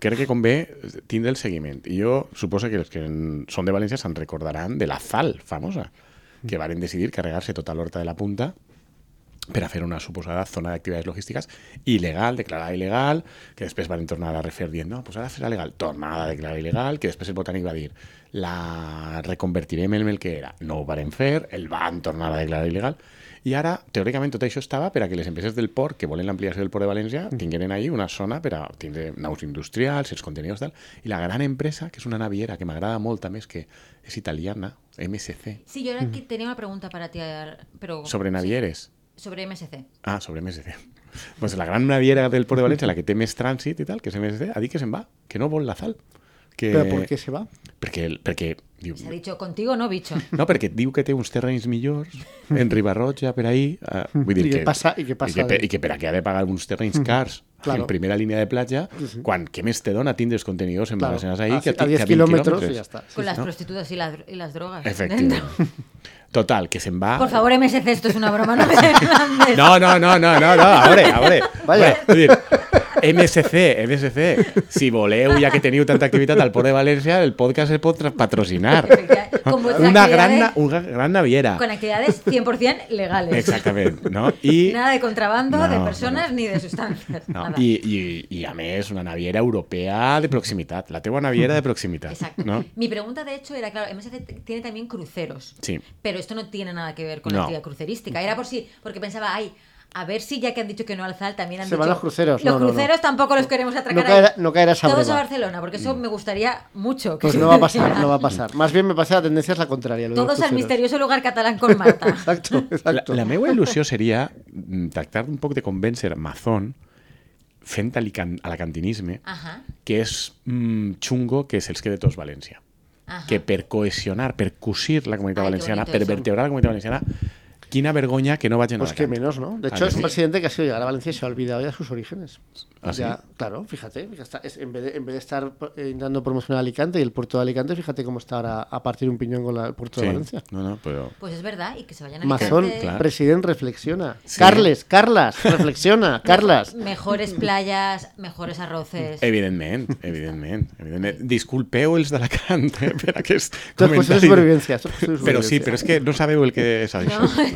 S3: crec que convé tindre el seguiment. I jo suposo que els que en- són de València se'n recordaran de la FAL famosa, que varen decidir carregar-se tota l'horta de la punta per a fer una suposada zona de actividades logísticas ilegal, declarada ilegal, que després van tornar a refer dient, no, pues ara serà legal, tornada a declarar il·legal, que després el botànic va dir, la reconvertirem en el que era, no ho varen fer, el van tornar a declarar il·legal, i ara, teòricament, tot això estava per a que les empreses del port, que volen l'ampliació del port de València, tingueren ahí una zona per a tindre naus industrials, els contenidors, tal, i la gran empresa, que és una naviera que m'agrada molt també, és que és italiana, MSC,
S2: Sí, yo ahora que tenía una pregunta para ti, Ar- pero...
S3: Mm. sobre navieres.
S2: Oh, sí, sobre MSC.
S3: Ah, sobre MSC. Pues la gran naviera del Port de València, la que té més trànsit i tal, que és MSC, ha dit que se'n va, que no vol la sal. Que...
S4: Però per què se va?
S3: Perquè, perquè, diu,
S2: Se ha dicho, contigo no, bicho.
S3: no, perquè diu que té uns terrenys millors en Ribarrotja, per ahí. eh, vull dir
S4: I que
S3: que,
S4: passa- i que passa
S3: I que, per,
S4: de-
S3: I que per a què ha de pagar uns terrenys cars
S4: Claro.
S3: en primera línia de platja, quan què més te dona tindre els contenidors embarassats ahí
S4: a,
S3: que
S4: a
S3: ti-
S4: 10
S3: que a pues 20
S4: kilómetros y ya está. Sí,
S2: Con las
S3: ¿no?
S2: prostitutas y las, y las drogas.
S3: Efectivamente. Total, que se'n va.
S2: Por favor, MSC, esto es una broma, no me Hernández.
S3: No, no, no, no, no, no, ahora, ahora.
S4: Vaya.
S3: Vull dir, MSC, MSC, si voleu, ja que teniu tanta activitat al Port de València, el podcast es pot tra- patrocinar.
S2: Con vuestras
S3: Una gran,
S2: actividades-
S3: na- una gran naviera.
S2: eh? Con actividades 100% legales.
S3: Exactament, no? I,
S2: Nada de contrabando,
S3: No,
S2: de
S3: no.
S2: personas, ni de sustancias.
S3: no,
S2: nada.
S3: i, i, i a més, una naviera europea de proximitat, la teua naviera de proximitat.
S2: Exacto.
S3: No?
S2: Mi pregunta, de hecho, era, claro, MSC tiene también cruceros.
S3: Sí.
S2: Pero esto no tiene nada que ver con
S3: No.
S2: la actividad crucerística. Era por si, porque pensaba, ay, a ver si ya que han dicho que no al ZAL también han
S4: Se
S2: dicho...
S4: van los cruceros.
S2: Los
S4: No, no, no.
S2: cruceros tampoco los queremos atracar
S4: No caerá-
S2: ahí.
S4: no caerás a
S2: Todos a
S4: breva.
S2: Barcelona, porque eso me gustaría mucho. que
S4: Pues
S2: se
S4: no va a pasar,
S2: hiciera.
S4: no va a pasar. Más bien me parece la tendencia es la contraria. lo de los
S2: Todos al
S4: cruceros.
S2: misterioso lugar catalán con Marta.
S4: Exacto,
S3: La,
S4: exacto.
S3: la meva il·lusió seria mm, tractar un poc de convèncer Mazón fent alican- alacantinisme,
S2: Ajá.
S3: que és mm, xungo que se'ls quede tots València.
S2: ajá.
S3: que per cohesionar, per cosir la
S2: Ai,
S3: comunitat
S2: que
S3: valenciana,
S2: bonito
S3: per
S2: eso.
S3: vertebrar la comunitat valenciana, quina vergonya que no vagin
S4: Pues
S3: a
S4: que
S3: Alacant.
S4: menos, ¿no? De
S3: Ah,
S4: hecho,
S3: que
S4: es un
S3: sí.
S4: presidente que ha sido llegar a Valencia y se ha olvidado ya de sus orígenes.
S3: ¿Ah, sí?
S4: Ya, claro, fíjate, ya está- es- en, vez de, en vez de estar eh, intentando promocionar Alicante y el puerto de Alicante, fíjate cómo está ahora a partir un piñón con la- el puerto
S3: Sí.
S4: de Valencia.
S3: No, no, però...
S2: Pues es verdad, y que se vayan a
S4: Mazón,
S2: Alicante.
S3: claro.
S4: presidente, reflexiona.
S3: Sí.
S4: Carles, Carlas, reflexiona, Carlas.
S2: Mejores playas, mejores arroces.
S3: Evidentment, evidentment, evidentment. Disculpeu els d'Alacant eh, per aquest
S4: Entonces, pues es
S3: comentari.
S4: supervivencia. esto es supervivencia.
S3: però sí, però és que no sabeu el que és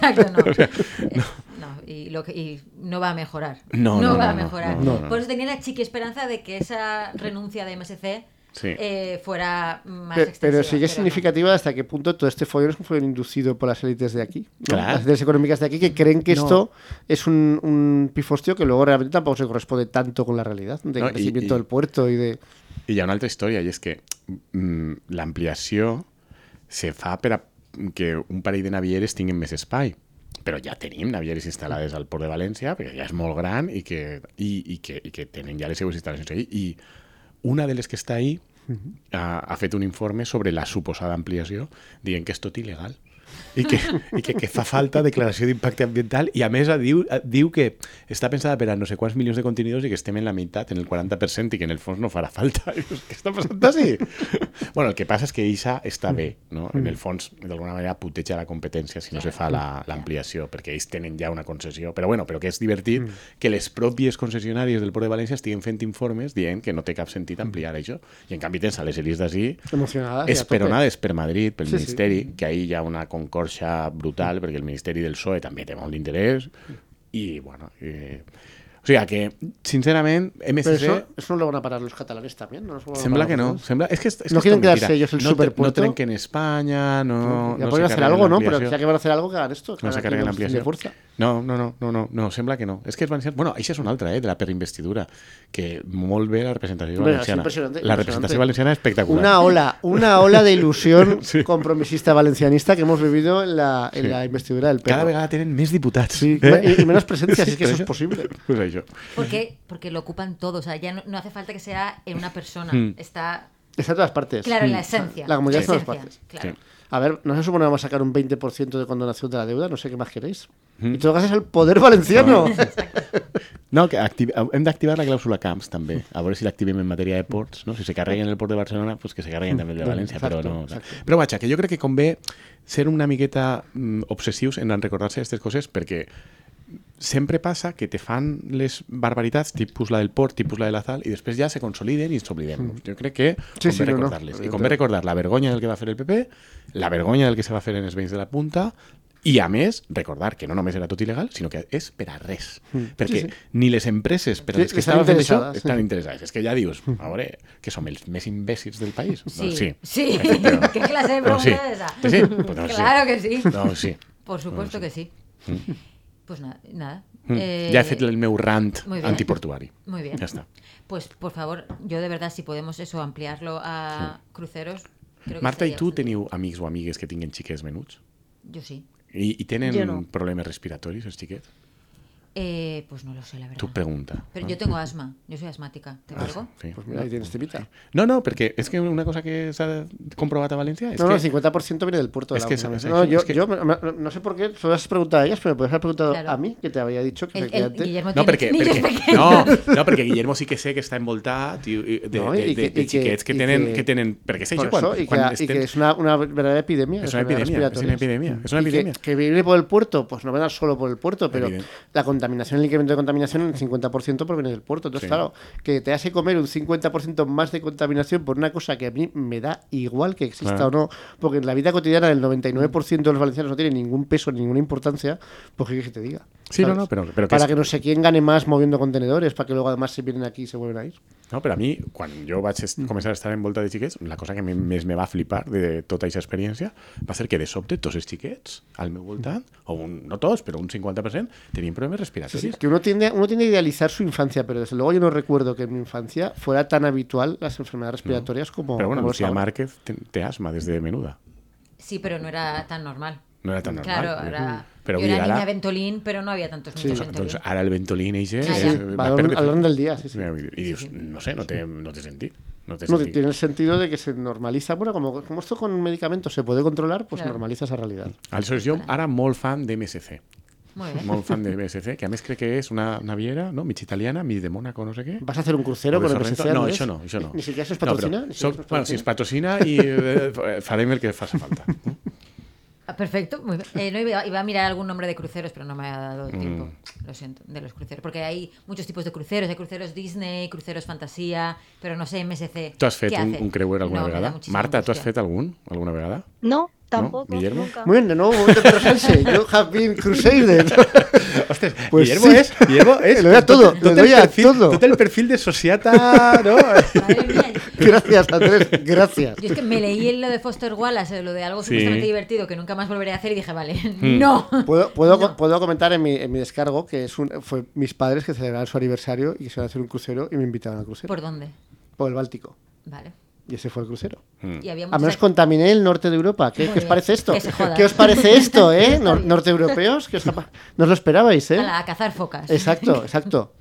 S2: No,
S3: això.
S2: exacto, no. Eh, no, y, lo que, y no va a mejorar.
S3: No, no,
S2: va
S3: no,
S2: a
S3: no,
S2: mejorar.
S3: no, no, no.
S2: Por eso tenía la chiqui esperanza de que esa renuncia de MSC
S3: Sí.
S2: eh, fuera más
S4: Pe-
S2: extensiva.
S4: Pero sigue
S2: no.
S4: significativa hasta qué punto todo este follón es un follón inducido por las élites de aquí, ¿no?
S3: Claro.
S4: las élites económicas de aquí, que creen que esto es un, un pifostio que luego realmente tampoco se corresponde tanto con la realidad, de
S3: No, y-
S4: crecimiento
S3: y-
S4: del puerto y de...
S3: I hi ha una altra història, i és que mm, l'ampliació se fa per a que un parell de navieres tinguin més espai. Però ja tenim navieres instal·lades al Port de València, perquè ja és molt gran i que, i, i que, i que tenen ja les seues instal·lacions ahí. I una de les que està ahí ha, ha fet un informe sobre la suposada ampliació dient que és tot il·legal i que, i que, que fa falta declaració d'impacte ambiental i a més eh, diu, eh, diu que està pensada per a no sé quants milions de contenidors i que estem en la meitat, en el 40% i que en el fons no farà falta. I dius, Què està passant així? bueno, el que passa és que Isa està bé, no? En el fons, d'alguna manera, puteja la competència si no se fa la- l'ampliació, la, perquè ells tenen ja una concessió. Però bueno, però que és divertit que les pròpies concessionàries del Port de València estiguin fent informes dient que no té cap sentit ampliar això. I en canvi tens a les elites d'ací
S4: Emocionadas. y a tope.
S3: Esperonades per Madrid, pel
S4: Sí, sí.
S3: Ministeri, que ahir hi ha una concorxa brutal, perquè el Ministeri del PSOE també té molt d'interès, i, bueno... Eh, o sigui, que, sincerament,
S4: Pero
S3: MSC...
S4: eso, eso no lo van a parar los catalanes también, ¿no? Nos lo van a
S3: Sembla
S4: parar
S3: que no.
S4: nosotros.
S3: Sembla, és que és, és
S4: No
S3: que és
S4: quieren
S3: tot mentira.
S4: quedarse ellos el
S3: no, tre- No
S4: superpuerto.
S3: trenquen Espanya, no...
S4: Ya
S3: no
S4: podrían
S3: se
S4: hacer
S3: carreguen
S4: algo, ¿no?
S3: l'ampliació.
S4: Pero ya que van a hacer algo, que hagan esto. que
S3: No
S4: hagan
S3: se
S4: aquí
S3: carreguen
S4: una cuestión
S3: l'ampliació.
S4: De fuerza.
S3: No, no, no, no, no, no, sembla que no. És que es van ser... Bueno, això és una altra, eh, de la perinvestidura, que molt bé la representació
S4: Hombre, és
S3: valenciana. La
S4: impressionante, impressionante.
S3: representació valenciana és espectacular.
S4: Una ola, una ola de ilusión
S3: Sí.
S4: compromisista valencianista que hemos vivido en la, en
S3: Sí.
S4: la investidura del
S3: Cada
S4: perro.
S3: vegada tenen més diputats. Eh?
S4: Sí, y, y menos presencia, si es que eso es posible.
S3: Pues això.
S2: ¿Por qué? Porque lo ocupan todos. O sea, ya no, no hace falta que sea en una persona.
S3: Mm.
S2: Está
S4: Está en todas partes.
S2: claro en la
S3: hmm.
S4: Mm.
S2: esencia.
S4: La comunidad está en todas
S2: esencia,
S4: partes.
S2: claro.
S4: A ver, ¿no se supone que vamos a sacar un 20% de condonación de la deuda? No sé qué más queréis.
S3: Mm.
S4: Y todo lo que haces es el poder valenciano.
S3: No, que activ... hem d'activar la clàusula camps, també. A veure si l'activem en matèria de ports, no? Si se carreguen el port de Barcelona, pues que se carreguen també el de
S4: Mm,
S3: València,
S4: exacto,
S3: però no...
S4: exacto.
S3: Però vaja, que jo crec que convé ser una miqueta mm, obsessius en recordar-se d'aquestes coses, perquè sempre passa que te fan les barbaritats, tipus la del port, tipus la de la Zal, i després ja se consoliden i ens oblidem. Jo crec que
S4: Hmm. Sí,
S3: convé
S4: sí, no, no,
S3: recordar-les. I convé recordar la vergonya del que va fer el PP, la vergonya del que se va fer en els veïns de la punta, I, a més, recordar que no només era tot il·legal, sinó que és per a res.
S4: Mm.
S3: Perquè
S4: Sí, sí.
S3: ni les empreses per a
S4: Sí,
S3: les que
S4: estan
S3: estaven fent això
S4: interessades, sí. Hmm.
S3: estan interessades. És que ja dius, a veure, que som els més imbècils del país.
S2: Sí,
S3: Doncs
S2: sí.
S3: efectivamente.
S2: ¿Qué clase de
S3: Pero
S2: pregunta
S3: sí.
S2: es esa?
S3: Pues sí, pues no, sí.
S2: claro que sí.
S3: No, Hmm. sí.
S2: Por supuesto que sí. Pues nada, nada.
S3: Mm.
S2: Eh,
S3: Ja he fet el meu rant
S2: muy bien.
S3: antiportuari.
S2: Muy bien.
S3: Ja està.
S2: Pues por favor, yo de verdad, si podemos eso ampliarlo a cruceros. Creo que
S3: Marta, i
S2: sería
S3: tu
S2: bastante-
S3: teniu amics o amigues que tinguin xiquets menuts?
S2: Yo sí.
S3: I, i tenen
S5: Jo no.
S3: problemes respiratoris, els xiquets?
S2: Eh, pues no lo sé, la verdad.
S3: Tu pregunta.
S2: Pero
S3: no?
S2: yo tengo asma. Yo soy asmática. ¿Te
S3: Ah,
S2: cargo?
S3: sí.
S4: Pues mira, ahí tienes temita.
S3: No, no, perquè és que una cosa que s'ha comprovat a València és
S4: No, no,
S3: que...
S4: el 50% viene del puerto de
S3: Es
S4: la
S3: que
S4: Habana.
S3: sabes,
S4: No,
S3: es
S4: yo,
S3: que-
S4: yo me- me- no sé por qué, solo has preguntado a ellas, pero me podrías haber preguntado
S2: Claro.
S4: a mí, que te había dicho que
S2: El- el
S4: efectivamente-
S2: Guillermo
S3: No
S2: tiene
S3: perquè,
S2: niños
S3: perquè,
S2: pequeños.
S3: no, no, perquè Guillermo sí que sé que està envoltat i, i de,
S4: No,
S3: de,
S4: i
S3: de,
S4: que-
S3: de
S4: i que-
S3: xiquets que
S4: i
S3: tenen,
S4: que-
S3: que tenen... Perquè és
S4: Por
S3: això,
S4: eso,
S3: quan,
S4: y, que,
S3: quan
S4: y que
S3: estem...
S4: es una, una verdadera epidemia.
S3: És
S4: las
S3: una
S4: enfermedades
S3: epidemia, és una
S4: respiratorias.
S3: epidemia, és una
S4: Y que-
S3: epidemia.
S4: Que, viene por el puerto, pues no van a dar solo por el puerto, pero
S3: Evident.
S4: la contaminación, el incremento de contaminación, el 50% proviene del puerto. Entonces,
S3: Sí.
S4: claro, que te hace comer un 50% más de contaminación por una cosa que a mí me da igual que exista
S3: Claro.
S4: o no, porque en la vida cotidiana el 99% de los valencianos no tiene ningún peso, ninguna importancia, pues qué quieres que te diga.
S3: Sí, no,
S4: ¿Sabes?
S3: no, pero, pero que
S4: para
S3: es-
S4: que no sé quién gane más moviendo contenedores, para que luego además se vienen aquí y se vuelven a ir.
S3: No, però a mi, quan jo vaig
S4: Mm.
S3: est- començar a estar envoltat de xiquets, la cosa que mi- més me va flipar de tota aquesta experiència va ser que de sobte tots els xiquets al meu voltant, o un, no tots, però un 50%, tenien problemes
S4: Sí, sí,
S3: respiratoris.
S4: que uno tiende, uno tiende a idealizar su infancia, pero desde luego yo no recuerdo que en mi infancia fuera tan habitual las enfermedades respiratorias como,
S3: Però bueno,
S4: como los
S3: Lucía
S4: ahora.
S3: Márquez te, té asma des de menuda.
S2: Sí, pero no era tan normal.
S3: No era tan normal.
S2: Claro, ahora.
S3: Pero
S2: yo
S3: mira,
S2: era
S3: ahora-
S2: niña Ventolín, pero no había tantos niños
S3: Doncs,
S2: Ventolín.
S3: doncs ara el Ventolin eixe...
S2: Ah,
S3: és-
S2: ja.
S3: va
S4: Va al-
S3: perdre-
S4: al orden del día, sí, sí.
S3: I dius, no sé, no té, no té sentit. No té
S4: No,
S3: sentit.
S4: tiene el sentido de que se normaliza. Bueno, como, como esto con medicamentos se puede controlar, pues
S2: Claro.
S4: normaliza esa realidad.
S3: Aleshores, jo ara molt fan de MSC.
S2: Muy bien.
S3: Molt fan de MSC, que a més crec que és una naviera, no? mig italiana, mig de Mónaco, no sé què.
S4: ¿Vas a hacer un crucero
S3: O de
S4: con el
S3: Sorrento?
S4: PSC,
S3: No,
S4: Andrés?
S3: això no, això no.
S4: Ni siquiera se os
S3: No, però
S4: patrocina. ni siquiera
S3: soc-
S4: se os
S3: bueno, si es
S4: patrocina.
S3: patrocina i eh, fa- farem el que faci falta.
S2: Ah, Perfecto, muy bien. Eh, no, iba, iba a mirar algún nombre de cruceros, pero no me ha dado tiempo.
S3: Mm.
S2: Lo siento, de los cruceros. Porque hay muchos tipos de cruceros. Hay cruceros Disney, cruceros fantasía, pero no sé, MSC.
S3: Tu has fet
S2: ¿qué
S3: un,
S2: hace?
S3: un creuer alguna
S2: No, me da
S3: vegada?
S2: muchísima
S3: Marta, tu has
S2: angustia.
S3: fet algun alguna vegada?
S5: No, tampoco.
S3: Guillermo.
S5: nunca.
S4: Muy bien, de nuevo, momento de relajarse. Yo have been crusader.
S3: Ostres,
S4: Pues
S3: Guillermo
S4: sí.
S3: és... Guillermo és
S4: Le doy a todo, le doy a
S3: perfil,
S4: todo.
S3: Tot el perfil de sociata, no?
S2: Madre mía, yo-
S4: Gracias, Andrés, gracias.
S2: yo es que me leí en lo de Foster Wallace, eh, lo de algo
S3: Sí. Mm.
S2: supuestamente divertido que nunca más volveré a hacer y dije, vale, no.
S4: Puedo, puedo,
S2: No.
S4: puedo comentar en mi, en mi descargo que es un, fue mis padres que celebraron su aniversario y que se iban a hacer un crucero y me invitaron al crucero.
S2: ¿Por dónde?
S4: por el Báltico.
S2: Vale.
S4: Y ese fue el crucero.
S3: Mm.
S2: Y había
S4: A
S2: muchas
S4: menos
S2: ac-
S4: contaminé el norte de Europa. ¿Qué,
S2: Muy
S4: qué os
S2: bien,
S4: parece esto?
S2: que se jodan.
S4: ¿Qué os parece esto, eh?
S2: Está bien.
S4: norte europeos. No os lo esperabais, eh?
S2: ala, a cazar focas.
S4: Exacto, exacto.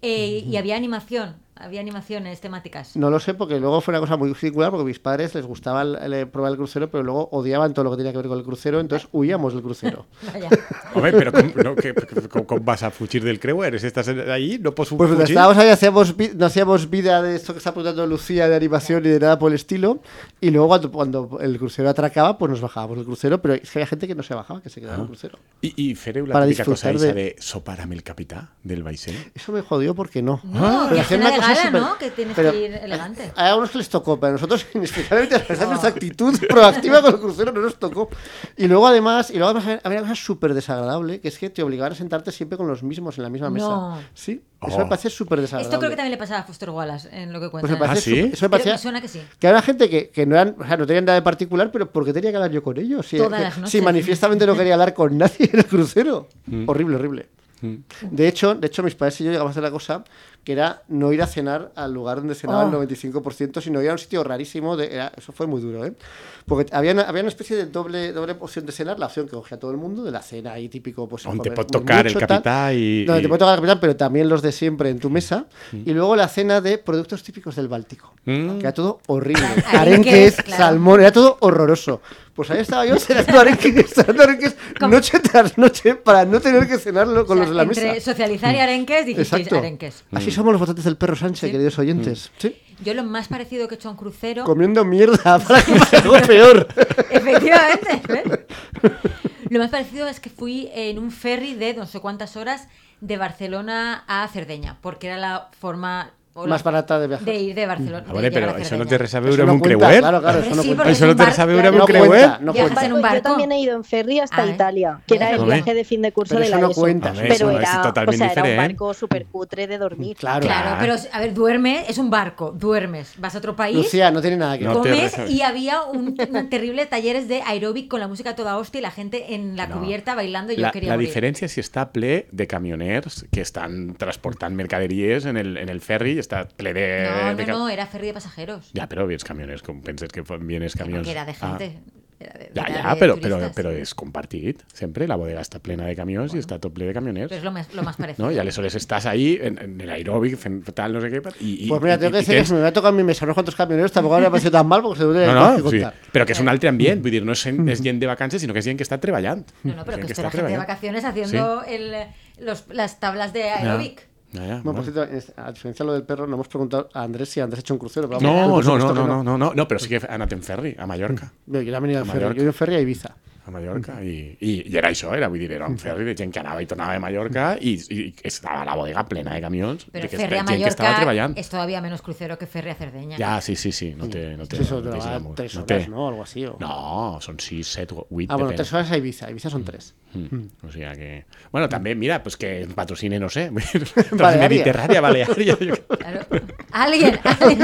S2: Eh, y había animación, había animaciones temáticas.
S4: No lo sé porque luego fue una cosa muy singular porque a mis padres les gustaba el- el- probar el crucero, pero luego odiaban todo lo que tenía que ver con el crucero, entonces huíamos del crucero.
S2: Vaya.
S3: Home, però com, no, que, com, com vas a fugir del creuer? Si estàs allí, no pots
S4: Pues mientras
S3: fugir?
S4: estábamos ahí, hacíamos, vi- no hacíamos vida de esto que está preguntando Lucía de animación y de nada por el estilo. Y luego cuando, cuando el crucero atracaba, pues nos bajábamos del crucero, pero es que había gente que no se bajaba, que se quedaba en
S3: Ah.
S4: el crucero.
S3: I, i fareu la
S4: Para
S3: típica cosa
S4: disfrutar
S3: eixa de...
S4: de-
S3: sopar amb el capità del vaixell?
S4: Eso me jodió porque no.
S2: No, que
S4: Pero
S2: es
S4: hacer
S2: una
S4: una
S2: de
S4: cosa
S2: gala,
S4: súper-
S2: ¿no? Que tienes
S4: pero-
S2: que ir elegante.
S4: Hay algunos que les tocó, pero a nosotros, especialmente a nosotros, nuestra actitud proactiva con el crucero no nos tocó. Y luego, además, y luego además había- había una cosa súper desagradable, que es que te obligaban a sentarte siempre con los mismos en la misma mesa.
S2: No.
S4: Sí,
S3: Oh.
S4: eso me parece súper desagradable.
S2: Esto creo que también le pasaba a Foster Wallace en lo que
S4: Pues
S2: cuenta.
S4: me parece
S3: ¿Ah, sí?
S4: súper- eso me parecía-
S2: me suena que sí.
S4: Que había gente que, que no, eran, o sea, no tenían nada de particular, pero porque tenía que hablar yo con ellos. Si,
S2: Todas
S4: que-
S2: las noches.
S4: si manifiestamente no quería hablar con nadie en el crucero.
S3: Mm.
S4: Horrible, horrible. De hecho, de hecho, mis padres y yo llegamos a hacer la cosa que era no ir a cenar al lugar donde cenaba
S2: Oh.
S4: el 95%, sino ir a un sitio rarísimo. De, era- eso fue muy duro, ¿eh? Porque había una, había una especie de doble, doble opción de cenar, la opción que cogía todo el mundo, de la cena ahí típico. Pues,
S3: On te
S4: comer
S3: pot
S4: muy
S3: tocar el
S4: mucho, tal.
S3: capità i...
S4: Donde te
S3: i-
S4: puede tocar el capitán, pero también los de siempre en tu mesa. Y luego la cena de productos típicos del Báltico.
S3: Mm.
S4: Que era todo horrible.
S2: Claro, arenques,
S4: Arenques,
S2: claro.
S4: salmón, era todo horroroso. Pues ahí estaba yo cenando arenques, cenando arenques noche tras noche para no tener que cenarlo con
S2: O sea,
S4: los de la
S2: entre
S4: mesa.
S2: socializar y arenques, dijisteis
S4: Exacto.
S2: arenques.
S4: Así somos los votantes del perro Sánchez, queridos oyentes.
S3: Mm.
S4: Sí.
S2: Yo lo más parecido que he hecho a un crucero.
S4: Comiendo mierda para que pase algo peor.
S2: Efectivamente. ¿ves? Lo más parecido es que fui en un ferry de no sé cuántas horas de Barcelona a Cerdeña, porque era la forma O la-
S4: más barata de viajar.
S2: de ir de Barcelona.
S3: Ah,
S2: de
S3: vale,
S2: llegar
S3: pero
S2: a
S3: eso no te
S2: Cerdeña.
S3: resabe
S4: Eso
S3: euro
S4: no
S3: un
S4: cuenta,
S3: creuer.
S4: Claro, claro, eso no
S2: Sí,
S4: cuenta.
S2: porque
S3: Eso no
S2: es
S3: te
S2: un
S3: resabe
S2: barco,
S3: euro un
S4: No
S3: creuer.
S4: cuenta, no
S2: Ya
S4: cuenta.
S2: está en un
S5: Yo
S2: barco.
S5: también he ido en ferry hasta
S2: Ah, ¿eh?
S5: Italia, que era el
S3: Joder.
S5: viaje de fin de curso
S4: Pero
S5: de
S4: eso
S5: la
S4: no
S5: ESO.
S4: cuenta. A ver,
S5: Pero
S3: eso no es
S5: era, o
S3: totalmente
S5: sea, era un
S3: diferente.
S5: barco súper cutre de dormir.
S4: ¿eh? Claro.
S2: Claro, pero a ver, duerme, es un barco, duermes, vas a otro país.
S4: Lucía, no tiene nada que
S3: No.
S4: ver.
S3: te
S2: comes
S3: resabe.
S2: y había un, un terrible talleres de aeróbic con la música a toda hostia y la gente en la
S3: No.
S2: cubierta bailando y yo
S3: La,
S2: quería
S3: la
S2: morir.
S3: diferència és si està ple de camioners que estan transportant mercaderies en el, en el ferri i està ple de...
S2: No,
S3: Eh, de
S2: no,
S3: cam-
S2: no, era ferry de pasajeros.
S3: Ja, però viens camioners, com penses que fan- vienes camions?
S2: Porque era de
S3: Ah.
S2: gente. era de-
S3: Ja,
S2: era
S3: ja,
S2: de
S3: però, però,
S2: turistas.
S3: però és compartit. Sempre la bodega està plena de camions bueno. i està tot ple de camioners.
S2: Pero es lo más, lo más parecido.
S3: No? I aleshores estàs ahí, en, en l'aeròbic, fent tal, no sé què... I, i,
S4: Pues mira, tengo
S3: i-
S4: que
S3: i
S4: decir que
S3: tens-
S4: si me hubiera tocado a mí mesa unos cuantos camioneros, tampoco habría parecido tan mal porque se hubiera
S3: No,
S4: que
S3: no, sí.
S4: contar. Mm.
S3: però que és un altre ambient, vull dir, no és, gent- és gent de vacances, sinó que és gent que està treballant.
S2: No, no, pero
S3: Gent
S2: que esto era gente de vacaciones haciendo el- los- las tablas de
S3: Ja.
S2: aeróbic.
S3: Ja, ja,
S4: Bueno, pues
S3: bueno.
S4: por cierto, es- a diferencia de lo del perro, no hemos preguntado a Andrés si Andrés ha hecho un crucero. Pero
S3: No,
S4: vamos, por
S3: no,
S4: supuesto
S3: no,
S4: que
S3: no, no, no, no, no, però sí que ha anat en ferri, a Mallorca.
S4: Mira, Yo también he ido en ferry.
S3: Mallorca.
S4: Yo he ido en ferry a Ibiza.
S3: A Mallorca. I, i, I era això, era, vull dir, era un ferri de gent que anava i tornava de Mallorca i, i estava la bodega plena de camions.
S2: Pero
S3: de que,
S2: ferry a
S3: gent que estava
S2: Mallorca
S3: treballant.
S2: es todavía menos crucero que ferry a Cerdeña.
S3: Ja, sí, sí, sí, no té... No té
S4: Sí, eso
S3: no té
S4: duraba
S3: glamour,
S4: tres
S3: té-
S4: horas, ¿no? Algo así. o-
S3: No, són 6, 7, 8,
S4: Ah, bueno, tres horas a Ibiza. Ibiza son tres.
S3: Mm. O sea que... Bueno, también, mira, pues que patrocine, no sé,
S4: Balearia.
S3: Mediterránea, Balearia. yo-
S2: Claro. Alguien, alguien.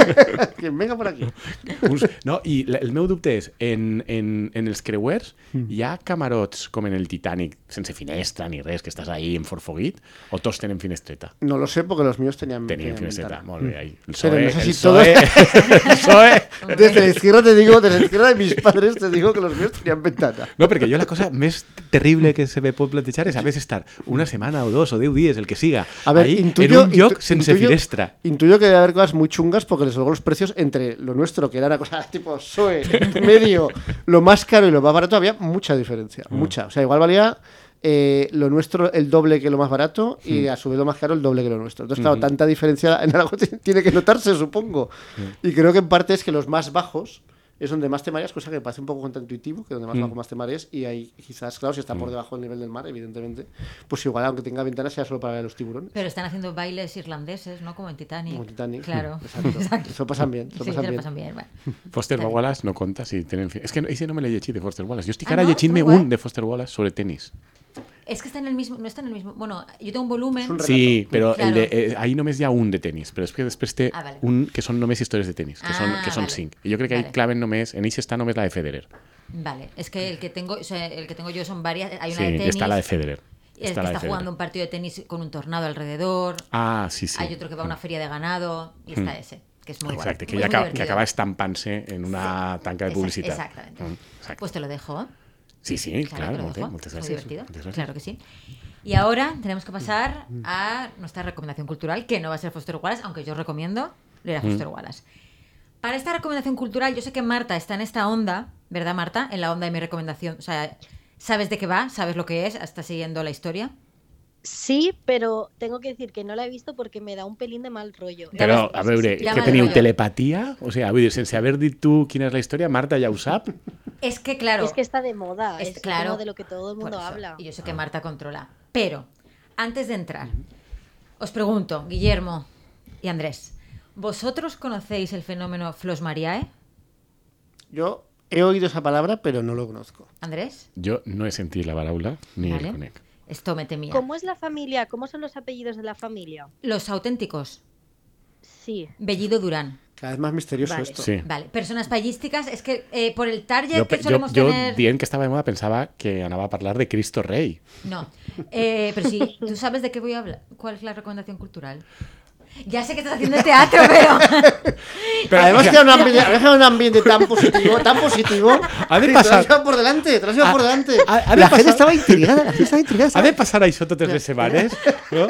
S4: Que venga por aquí.
S3: Uns... No, i la- el meu dubte és, en, en, en els creuers hi ha camarots com en el Titanic, sense finestra ni res, que estàs ahí enforfoguit, o tots tenen finestreta?
S4: No lo sé porque los míos tenían.
S3: Tenien finestreta,
S4: ventana.
S3: molt bé, ahí. El
S4: Però
S3: PSOE,
S4: no sé
S3: el
S4: si
S3: PSOE, el PSOE...
S4: Desde la izquierda te digo, desde la izquierda de mis padres te digo que los míos tenían ventana.
S3: No, perquè jo la cosa més terrible que se me pot plantejar és haver estar una setmana o dos o deu dies, el que siga,
S4: A ver,
S3: ahí,
S4: intuyo,
S3: en un lloc
S4: intu-
S3: sense
S4: intuyo-
S3: finestra.
S4: Intuyo que debe haber cosas muy chungas porque desde luego los precios entre lo nuestro, que era una cosa tipo SOE, medio, lo más caro y lo más barato, había mucha diferencia. Mucha. O sea, igual valía eh, lo nuestro el doble que lo más barato y a su vez lo más caro el doble que lo nuestro. Entonces, claro, tanta diferencia en algo tiene que notarse, supongo. Y creo que en parte es que los más bajos. Es donde más te mareas, cosa que me parece un poco contraintuitivo, que donde más bajo más te mareas, y ahí quizás, claro, si está por debajo del nivel del mar, evidentemente, pues igual, aunque tenga ventanas, sea solo para ver a los tiburones.
S2: Pero están haciendo bailes irlandeses, ¿no? Como en Titanic.
S4: Como en Titanic.
S2: Claro.
S4: Exacto. Eso pasan bien, eso
S2: Sí,
S4: pasan
S2: se lo
S4: bien.
S2: pasan bien. vale.
S3: Foster
S2: Está bien.
S3: Wallace no conta si tenen... fi- És que no, ese no me l'he llegit de Foster Wallace. Jo estic
S2: Ah,
S3: ara
S2: no?
S3: llegint-me
S2: Molt guai.
S3: un de Foster Wallace sobre tenis.
S2: Es que está en el mismo, no está en el mismo. Bueno, yo tengo un volumen.
S4: Es un relato.
S3: Sí, però
S2: Claro.
S3: el de, eh, ahí només hi ha un de tenis, però és que després té
S2: Ah, vale.
S3: un que són només històries de tenis, que són,
S2: Ah,
S3: que són
S2: vale.
S3: cinc. I jo crec que
S2: Vale.
S3: ahí claven només, en eixe està només la de Federer.
S2: Vale, es que el que tengo, o sea, el que tengo yo son varias. Hay una
S3: Sí,
S2: de tenis.
S3: està la de Federer.
S2: El que
S3: Està la
S2: está
S3: de Federer.
S2: jugando un partido de tenis con un tornado alrededor.
S3: Ah, sí, sí.
S2: Hay otro que va a una feria de ganado y está ese, que es muy guay.
S3: Exacte, que,
S2: Muy
S3: ja acaba, que
S2: divertido.
S3: acaba estampant-se en una tanca de
S2: Exact-
S3: publicitat.
S2: Exactamente.
S3: Mm, exacte.
S2: Pues te lo dejo.
S3: sí, sí,
S2: Claro,
S3: claro,
S2: te lo
S3: moltes,
S2: dejo.
S3: moltes
S2: Muy
S3: gràcies.
S2: divertido.
S3: moltes gràcies.
S2: Claro que sí. Y ahora tenemos que pasar
S3: Mm,
S2: a nuestra recomendación cultural, que no va a ser Foster Wallace, aunque yo os recomiendo leer a
S3: Mm.
S2: Foster Wallace. Para esta recomendación cultural, yo sé que Marta está en esta onda, ¿verdad, Marta? En la onda de mi recomendación. O sea, sabes de qué va, sabes lo que es, estás siguiendo la historia.
S5: Sí, pero tengo que decir que no la he visto porque me da un pelín de mal rollo.
S2: Ja ves-
S3: Però, a eh, veure,
S2: ja
S3: que
S2: ves-
S3: teniu
S2: ja.
S3: telepatia? O sigui, vull dir, sense haver dit tu quina és la història, Marta ja ho sap?
S2: Es que, claro.
S5: Es que está de moda,
S2: Es-
S5: es,
S2: claro.
S5: como de lo que todo el
S2: Por
S5: mundo
S2: eso.
S5: habla.
S2: Y yo
S3: Ah.
S2: sé que Marta controla. Pero, antes de entrar, os pregunto, Guillermo y Andrés, ¿vosotros conocéis el fenómeno Flos Mariae?
S4: Yo he oído esa palabra, pero no lo conozco.
S2: ¿Andrés?
S3: Jo no he sentit la paraula ni el conec.
S2: Esto me temía.
S5: ¿Cómo es la familia? ¿Cómo son los apellidos de la familia?
S2: Los auténticos.
S5: Sí.
S2: Bellido Durán.
S4: Cada vez más misterioso
S5: Vale.
S4: esto.
S3: Sí.
S2: Vale, personas payísticas, es que eh, por el target
S3: Jo,
S2: que
S3: pe- jo,
S2: solemos
S3: jo
S2: tener.
S3: dient que estava de moda pensava que anava a parlar de Cristo Rey.
S2: No, Eh, pero sí, tú sabes de qué voy a hablar. ¿Cuál es la recomendación cultural? Ya sé que estás haciendo teatro, pero.
S4: Pero además que un ambiente, ha dejado un ambiente tan positivo, tan positivo.
S3: Ha de
S4: que Te lo
S3: pasar.
S4: has llevado por delante, te lo has llevado
S3: Ha-
S4: por delante.
S3: ha- ha de
S4: la
S3: pasar.
S4: gente estaba intrigada, la gente estaba intrigada.
S3: Ha de passar això totes les setmanes, no?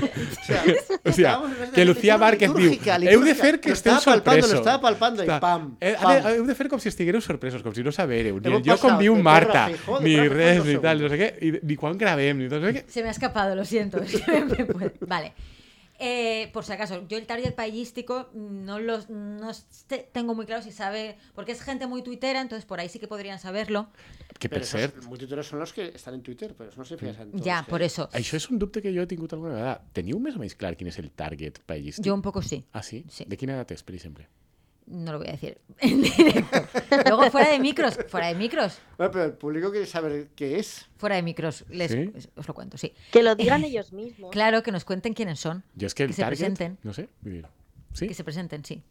S3: O sea,
S4: Estábamos en una
S3: que Lucía
S4: situació
S3: Márquez diu
S4: litúrgica,
S3: heu de
S4: litúrgica.
S3: fer que
S4: Lo
S3: esteu
S4: estava palpando,
S3: sorpresos.
S4: lo estava palpando i
S3: Clar,
S4: pam,
S3: eh, ha de-
S4: pam.
S3: Heu de fer com si estiguereu sorpresos, com si no sabéreu. Ni
S4: Hemos
S3: el jo
S4: pasado
S3: com diu
S4: de
S3: Marta,
S4: Torrefijó, de
S3: ni
S4: Torrefijó
S3: res,
S4: dos
S3: ni tal, no sé què, i- ni quan gravem, ni tot, no sé què.
S2: Se me ha escapado, lo siento. Es que me puede- vale. eh, por si acaso, yo el target payístico no los no sé- tengo muy claro si sabe, porque es gente muy tuitera, entonces por ahí sí que podrían saberlo.
S3: Que per
S4: Però esos
S3: cert,
S4: multitudinarios son los que están en Twitter, pero eso no significa que sean todos,
S2: ya,
S4: eh.
S2: por eso.
S3: això és un dubte que jo he tingut alguna vegada. Teniu més o menys clar quin és el target paellístic?
S2: Yo un poco sí,
S3: Ah, sí?
S2: Sí.
S3: De quina edat és, per exemple?
S2: no lo voy a decir en directo. Luego fuera de micros, fuera de micros,
S4: Bueno, pero el público quiere saber qué es.
S2: fuera de micros, les,
S3: ¿Sí?
S2: os lo cuento, sí.
S5: Que lo digan ellos mismos.
S2: Claro, que nos cuenten quiénes son,
S3: Jo és que el
S2: Que se
S3: target...
S2: presenten.
S3: No sé, vull dir... Sí?
S2: que se presenten, sí.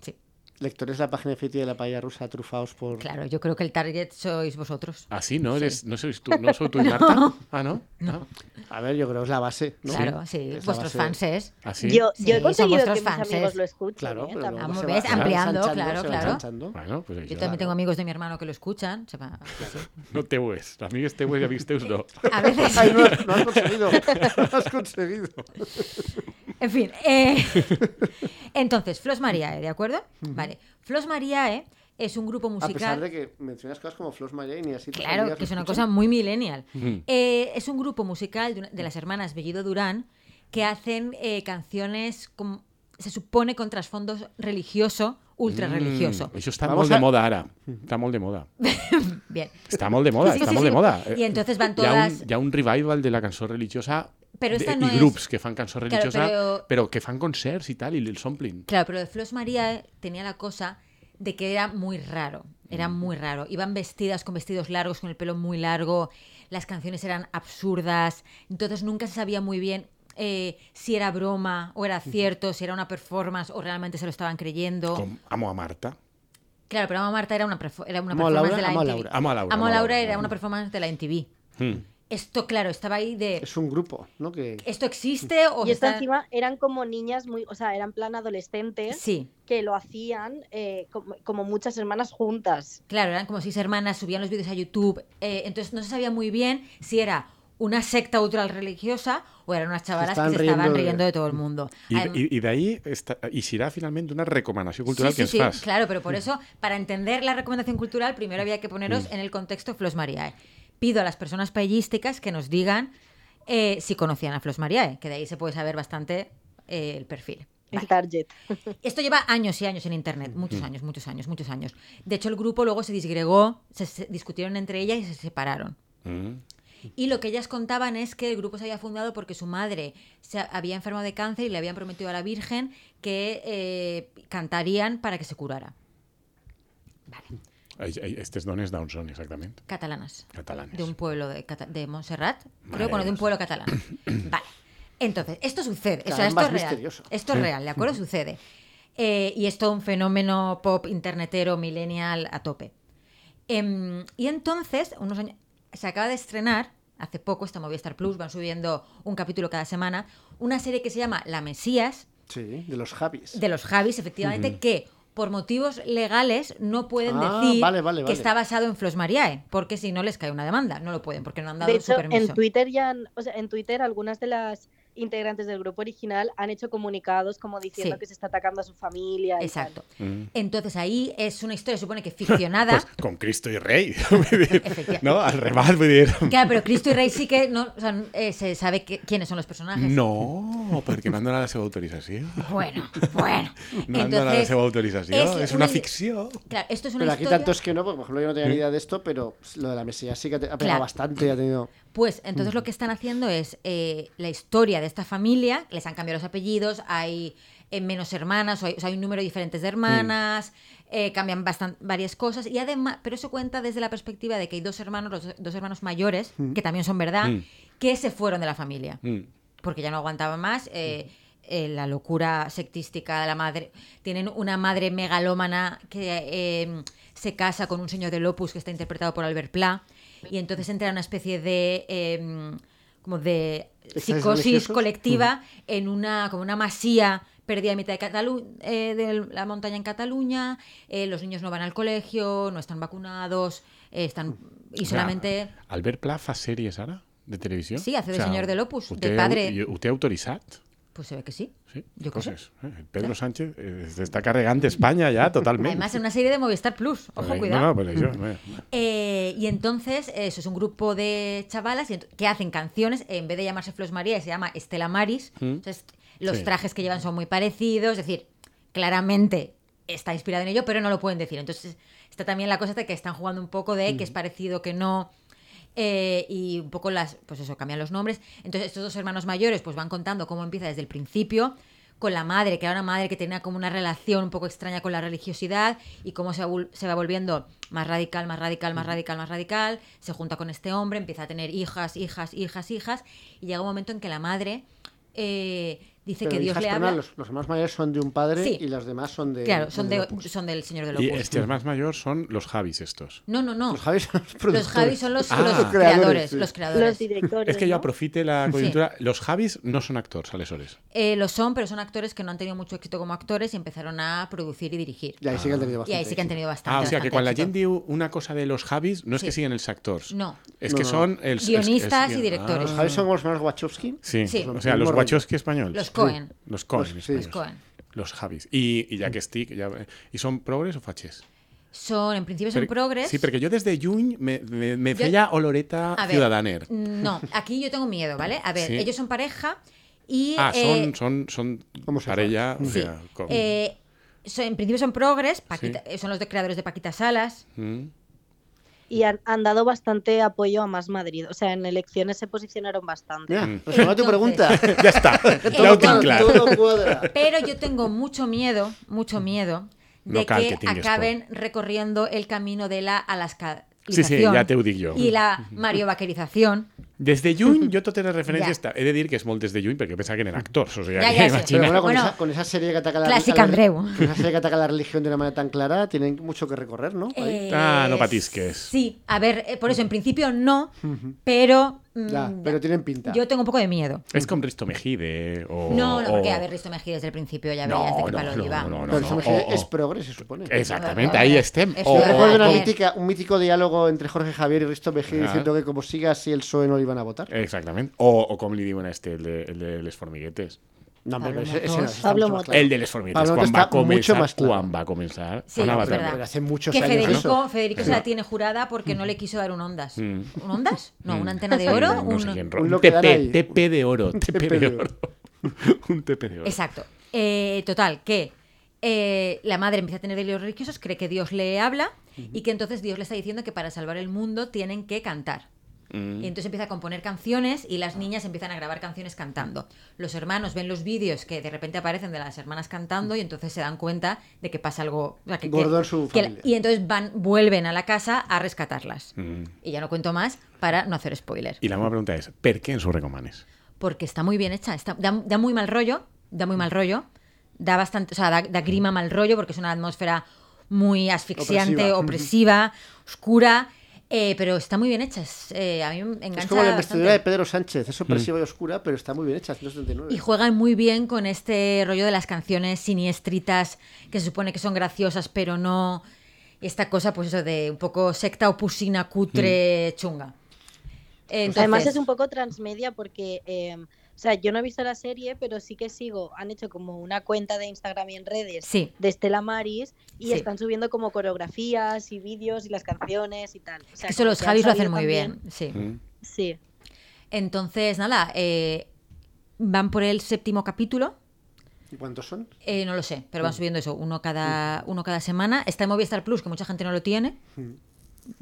S2: Sí,
S4: Lectores de la página de Fiti de la paella rusa, trufados por...
S2: claro, yo creo que el target sois vosotros.
S3: Ah, sí? No, eres, no, sois tu, no sou tu i Marta? Ah, no? No.
S4: A ver, yo creo que es la base, ¿no? Pues
S2: Claro, sí,
S4: Es la
S2: vuestros
S4: base.
S2: fans es.
S3: Ah, sí?
S5: Yo,
S2: Sí,
S5: yo he
S2: son
S5: conseguido que
S2: vuestros
S5: mis
S2: fans,
S5: amigos
S2: ¿eh?
S5: lo escuchen.
S4: Claro,
S5: ¿eh?
S4: pero
S5: Tampoco.
S4: luego
S2: Vamos,
S4: se
S2: ¿ves?
S4: se
S2: Ampliando,
S4: ensanchando,
S2: claro,
S4: se va
S2: claro.
S4: ensanchando.
S3: Bueno, pues això.
S2: Yo también tengo amigos de mi hermano que lo escuchan. se va-
S3: No teues. Amigues teues i amics teus no.
S2: A veces.
S4: Ay, no, lo has conseguido. No has conseguido.
S2: En fin. eh, Entonces, Flos Mariae, ¿de acuerdo? Vale. Flos Mariae es un grupo
S4: A pesar
S2: musical.
S4: de que mencionas cosas como Flos Maya y ni así. tus
S2: Claro,
S4: amigas
S2: que
S4: lo
S2: es una cosa
S4: escuchan.
S2: muy millennial.
S3: Ujú.
S2: Eh, es un grupo musical de, una- de las hermanas Bellido Durán que hacen eh, canciones, con- se supone, con trasfondo religioso, ultra religioso.
S3: Mm, això està
S4: Vamos
S3: molt de
S4: a-
S3: moda ara. Està molt de moda.
S2: Bien.
S3: Està molt de moda,
S2: Sí, sí,
S3: està
S2: sí,
S3: molt
S2: sí.
S3: de moda.
S2: Y entonces van
S3: Hi ha,
S2: todas-
S3: un, hi ha un revival de la cançó religiosa
S2: Però
S3: de,
S2: esta no
S3: i
S2: és-
S3: grups que fan cançó religiosa,
S2: però-
S3: però que fan concerts i tal, i els omplin.
S2: Claro, pero de Flos María eh, tenía la cosa de que era muy raro. Era
S4: Mm.
S2: muy raro. Iban vestidas con vestidos largos, con el pelo muy largo. Las canciones eran absurdas. Entonces nunca se sabía muy bien eh, si era broma o era cierto, si era una performance o realmente se lo estaban creyendo.
S3: Com Amo a Marta.
S2: Claro, pero Ama Marta era una, perfo- era una
S4: Amo a
S2: performance
S4: Laura,
S2: de la
S4: amo a
S2: MTV.
S4: Laura.
S3: Amo a Laura,
S2: Amo
S3: amo a Laura.
S2: era una performance de la MTV.
S3: Mm.
S2: Esto, claro, estaba ahí de.
S4: Es un grupo, ¿no? Que...
S2: ¿Esto existe o
S5: Y esto
S2: está-
S5: encima eran como niñas muy, o sea, eran plan adolescentes
S2: Sí.
S5: que lo hacían eh, como, como muchas hermanas juntas.
S2: Claro, eran como seis hermanas, subían los vídeos a YouTube. eh, entonces no se sabía muy bien si era una secta ultra religiosa o eran unas chavalas
S4: estaban
S2: que se estaban
S4: riendo de- Mm.
S2: riendo de todo el mundo.
S3: I,
S2: Adem-
S3: i, i d'ahí esta- eixirà finalment una recomanació
S2: Sí,
S3: cultural
S2: sí,
S3: que Mm. ens
S2: sí,
S3: fas.
S2: claro, pero por eso, para entender la recomendación cultural, primero había que poneros
S3: Mm.
S2: en el contexto Flos Mariae. Pido a las personas paellísticas que nos digan eh, si conocían a Flos Mariae, que de ahí se puede saber bastante eh, el perfil. Vale.
S5: El target.
S2: Esto lleva años y años en internet,
S3: Mm.
S2: muchos años, muchos años, muchos años. De hecho, el grupo luego se disgregó, se- se discutieron entre ellas y se separaron.
S3: Mm.
S2: Y lo que ellas contaban es que el grupo se había fundado porque su madre se ha- había enfermado de cáncer y le habían prometido a la Virgen que eh, cantarían para que se curara.
S3: Ai, ai, Estes dones d'on són, exactament?
S2: Catalanas.
S3: Catalanes.
S2: De un pueblo de, Cata- de Montserrat, creo,
S3: de
S2: bueno, de un
S3: Dios.
S2: pueblo catalán. Vale. Entonces, esto sucede. o sea, esto
S4: Caramba,
S2: es
S4: es
S2: real.
S4: misterioso.
S2: Esto es real, ¿de acuerdo? Sucede. Eh, y es todo un fenómeno pop, internetero, millennial, a tope. Em, y entonces, unos años, se acaba de estrenar, hace poco, esta Movistar Plus, van subiendo un capítulo cada semana, una serie que se llama La Mesías,
S4: Sí, de los Javis.
S2: de los Javis, efectivamente, que por motivos legales no pueden
S4: Ah,
S2: decir
S4: vale, vale,
S2: que
S4: vale.
S2: está basado en Flos Mariae, porque si no les cae una demanda, no lo pueden, porque no han dado
S5: De hecho,
S2: su permiso.
S5: en Twitter ya, han- o sea, en Twitter algunas de las integrantes del grupo original han hecho comunicados como diciendo
S2: Sí.
S5: que se está atacando a su familia. y
S2: Exacto.
S3: Mm.
S2: Entonces ahí es una historia, supone que ficcionada.
S3: Pues, con Cristo i Rei. vull dir,
S4: Pues,
S2: Efectivamente.
S3: no? Al remat, vull dir...
S2: Claro, pero Cristo y Rey sí que no, o sea, eh, se sabe que- quiénes son los personajes.
S3: No, perquè no han donat la seva autorització.
S2: Bueno, bueno.
S3: No han donat la seva autorització.
S2: es
S3: És una
S2: una-
S3: ficció.
S2: Claro, esto es una
S4: Pero aquí
S2: historia.
S4: tanto es que no, porque por ejemplo yo no tenía ni idea de esto, pero lo de la mesilla sí que ha te- ha pegado
S2: Claro.
S4: bastante, ha tenido...
S2: Pues entonces lo que están haciendo es eh, la historia de esta familia, les han cambiado los apellidos, hay eh, menos hermanas, o hay, o sea, hay un número diferentes de hermanas, eh, cambian bastan- varias cosas, y además, pero eso cuenta desde la perspectiva de que hay dos hermanos, los do- dos hermanos mayores, que también son verdad,
S3: Mm.
S2: que se fueron de la familia,
S3: Mm.
S2: porque ya no aguantaban más. eh, eh, la locura sectística de la madre. Tienen una madre megalómana que eh, se casa con un señor del Opus que está interpretado por Albert Pla. Y entonces entra una especie de. eh, como de
S4: ¿Estáis
S2: psicosis
S4: religiosos?
S2: colectiva en una. como una masía perdida en mitad de, Catalu- eh, de la montaña en Cataluña. eh, los niños no van al colegio, no están vacunados, eh, están. y solamente.
S3: Ah, Albert Pla fa sèries ara, de televisió?
S2: Sí, hace de senyor del Opus,
S3: ho
S2: de
S3: té-
S2: padre.
S3: Ho té autoritzat?
S2: Pues se ve que sí.
S3: Sí,
S2: Yo qué sé.
S3: cosas, ¿eh? El Pedro Sánchez eh, se está cargando España ya totalmente.
S2: Además, en una serie de Movistar Plus. Ojo,
S3: Pues,
S2: cuidado. Mm.
S3: No, no, pues yo, bueno,
S2: Eh, y entonces, eso es un grupo de chavalas y ent- que hacen canciones. En vez de llamarse Flos María, se llama Estela Maris. Entonces, los
S3: Sí.
S2: trajes que llevan son muy parecidos. Es decir, claramente está inspirado en ello, pero no lo pueden decir. Entonces, está también la cosa de que están jugando un poco de que es parecido, que no. Eh, y un poco las, pues eso, cambian los nombres. Entonces estos dos hermanos mayores pues van contando cómo empieza desde el principio con la madre, que era una madre que tenía como una relación un poco extraña con la religiosidad y cómo se va, vol- se va volviendo más radical, más radical, más radical, más radical, se junta con este hombre, empieza a tener hijas, hijas, hijas, hijas, y llega un momento en que la madre eh, dice
S4: Pero
S2: que Dios
S4: hijas,
S2: le
S4: perdona,
S2: habla...
S4: Los, los hermanos mayores son de un padre
S2: Sí.
S4: y las demás son de.
S2: Claro, son,
S4: del
S2: de,
S4: Opus.
S2: son del señor del
S3: Y
S2: Opus.
S3: este más mayor son los Javis estos.
S2: No, no, no.
S4: Los Javis son los productores.
S2: Los Javis son los,
S3: Ah.
S2: los
S3: Los
S2: creadores,
S4: creadores, sí.
S2: los
S5: Los
S2: creadores.
S5: directores.
S3: Es que yo
S5: ¿no?
S3: aprofite la coyuntura. Los Javis no son actores, alesores.
S2: Eh, lo son, pero son actores que no han tenido mucho éxito como actores y empezaron a producir y dirigir.
S4: Y ahí sí que han tenido
S2: Y ahí
S4: bastante
S2: sí que han
S4: éxito.
S2: tenido bastante.
S3: Ah, o sea que
S2: bastante
S3: cuando la
S2: éxito.
S3: gente diu una cosa de los Javis, no es que
S2: Sí.
S3: siguen els actors.
S2: No.
S3: Es
S4: No,
S3: que
S4: no.
S3: son els... els-
S2: Guionistas
S3: els-
S2: y directores.
S4: Los
S3: Ah.
S4: Javis son los hermanos Wachowski.
S3: Sí,
S2: Sí.
S3: o sea, los
S4: Mismo
S3: Wachowski españoles.
S2: Los Cohen.
S3: Los Cohen.
S4: Los- sí.
S3: españoles.
S2: Los Cohen.
S3: Los Javis. Y, y ja que estic... Ja... I són progres o fachés?
S2: Son, en principio son
S3: Per-
S2: progres.
S3: Sí, perquè jo des de juny me, me, me
S2: Jo-
S3: feia oloreta
S2: A ver,
S3: ciudadaner.
S2: No, aquí yo tengo miedo, ¿vale? A ver,
S3: Sí.
S2: ellos son pareja y.
S3: Ah,
S2: eh,
S3: són, són, són
S4: Homosexuals.
S3: parella... O
S2: sí.
S3: sea, com...
S2: Eh, son- en principio son progres, Paquita-
S3: Sí.
S2: eh, son los de- creadores de Paquita Salas.
S3: Mm.
S5: Y han, han dado bastante apoyo a Más Madrid. O sea, en elecciones se posicionaron bastante.
S4: Mira,
S3: Mm.
S4: responde a tu
S2: Entonces-
S4: pregunta.
S3: Ja està, ja ho
S4: todo,
S3: tinc clar.
S4: cuadra, todo cuadra.
S2: Pero yo tengo mucho miedo, mucho miedo de
S3: No cal
S2: que,
S3: que tingues
S2: acaben recorriendo el camino de la alascalización
S3: Sí, sí, ja te ho dic jo.
S2: Y la Mario Vaquerización.
S3: Des de juny, jo totes les referències...
S2: Ja.
S3: Ja. He de dir que és molt des de juny, perquè pensava que eren actors. O sigui,
S2: Ja,
S3: ja,
S2: ja
S3: ja,
S2: sé.
S4: Pero
S3: imagina.
S4: bueno, con,
S2: Bueno,
S4: esa, con esa serie que ataca la,
S2: clásica
S4: a la-
S2: Andreu.
S4: con esa serie que ataca la religión de una manera tan clara, tienen mucho que recorrer, ¿no? Ahí.
S2: Eh,
S3: Ah, no patisques.
S2: Sí, a ver, eh, por eso en principio no, pero. mm,
S4: Ya, pero tienen pinta.
S2: Yo tengo un poco de miedo.
S3: És com Risto Mejide o...
S2: no, no, porque
S3: o-
S2: a ver, Risto Mejide desde el principio ya
S3: Oh. No,
S2: veías de qué
S3: no,
S2: palo
S3: no,
S2: iba.
S3: no, no, no.
S4: Pero el personaje
S3: oh, oh.
S4: es progre, se supone.
S3: Exactamente, ahí estem.
S2: Es
S3: O-
S4: Yo
S2: verdad.
S3: o-
S4: recuerdo una
S2: oh.
S4: mítica, un mítico diálogo entre Jorge Javier y Risto Mejía
S3: Claro.
S4: diciendo que como siga así el PSOE no lo iban a votar.
S3: Exactament. O, o com li diuen a este, el de, el de les formiguetes.
S4: No, hombre,
S2: Pablo
S4: pero ese,
S2: Motos.
S4: ese no, ese está
S5: Pablo
S4: mucho más
S5: Motos.
S4: claro.
S3: El de les formiguetes,
S4: Pablo,
S3: quan
S4: está
S3: va
S4: mucho
S3: començar,
S4: más claro.
S3: quan va començar.
S2: Sí,
S3: anava
S2: es verdad.
S3: també.
S4: Pero hace muchos
S2: Que
S4: años
S2: Federico,
S4: eso.
S2: Federico se la tiene jurada porque no le quiso dar un ondas. ¿Un ondas? No, una antena de
S3: Mm. Sí,
S2: oro.
S3: no
S2: un-
S3: sé quién,
S4: un
S3: un
S4: lo que dan ahí.
S3: TP, TP de oro, TP de oro. Un TP de oro.
S2: Exacto. Eh, total, que eh, la madre empieza a tener delirios religiosos, cree que Dios le habla y que entonces Dios le está diciendo que para salvar el mundo tienen que cantar. Y entonces empieza a componer canciones y las niñas empiezan a grabar canciones cantando. Los hermanos ven los vídeos que de repente aparecen de las hermanas cantando y entonces se dan cuenta de que pasa algo. o sea, que- que-
S4: Gordo en su
S2: que-
S4: familia.
S2: y entonces van, vuelven a la casa a rescatarlas.
S3: Mm.
S2: Y ya no cuento más para no hacer spoiler.
S3: I la meva pregunta és, per què ens ho recomanes?
S2: Porque está muy bien hecha. Está, da, da muy mal rollo. Da muy mal rollo. Da bastante. O sea, da, da grima mal rollo porque es una atmósfera muy asfixiante,
S4: Opresiva.
S2: opresiva, oscura. eh, pero está muy bien hecha. es, eh, a mí me engancha.
S4: Es como la
S2: bastante.
S4: investidura de Pedro Sánchez,
S3: Mm.
S4: es opresiva y oscura, pero está muy bien hecha, es 1979.
S2: Y juegan muy bien con este rollo de las canciones siniestritas que se supone que son graciosas, pero no. y Esta cosa, pues eso, de un poco secta opusina cutre
S4: Mm.
S2: chunga. Entonces-
S5: Pues Además es un poco transmedia porque, eh, o sea, yo no he visto la serie, pero sí que sigo. Han hecho como una cuenta de Instagram y en redes
S2: Sí.
S5: de Estela Maris y
S2: Sí.
S5: están subiendo como coreografías y vídeos y las canciones y tal. O sea,
S2: Eso
S5: como
S2: los
S5: que han
S2: Javis lo
S5: sabido
S2: hacen muy
S5: también-
S2: bien. Sí.
S4: Mm.
S5: Sí.
S2: Entonces, nada, eh, van por el séptimo capítulo.
S4: ¿Y cuántos son?
S2: eh, no lo sé, pero van subiendo eso, uno cada, uno cada semana. Está en Movistar Plus, que mucha gente no lo tiene,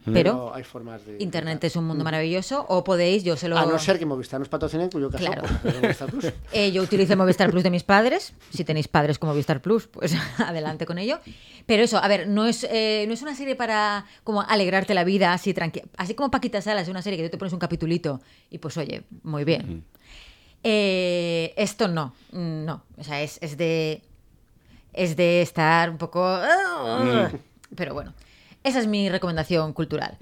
S2: pero
S4: No, hay formas de...
S2: Internet es un mundo maravilloso. O podéis, yo se lo.
S4: Mm. A no ser que Movistar nos patrocine, en cuyo caso...
S2: Claro.
S4: pues, pero Movistar Plus.
S2: Eh, yo utilizo el Movistar Plus de mis padres. Si tenéis padres con Movistar Plus, pues adelante con ello. Pero eso, a ver, no es, eh, no es una serie para como alegrarte la vida así tranquila. Así como Paquita Salas es una serie que tú te pones un capitulito y pues oye, muy
S4: Mm.
S2: bien. Eh, esto no, mm, no. O sea, es, es de. Es de estar un poco.
S3: Mm.
S2: Pero bueno, esa es mi recomendación cultural.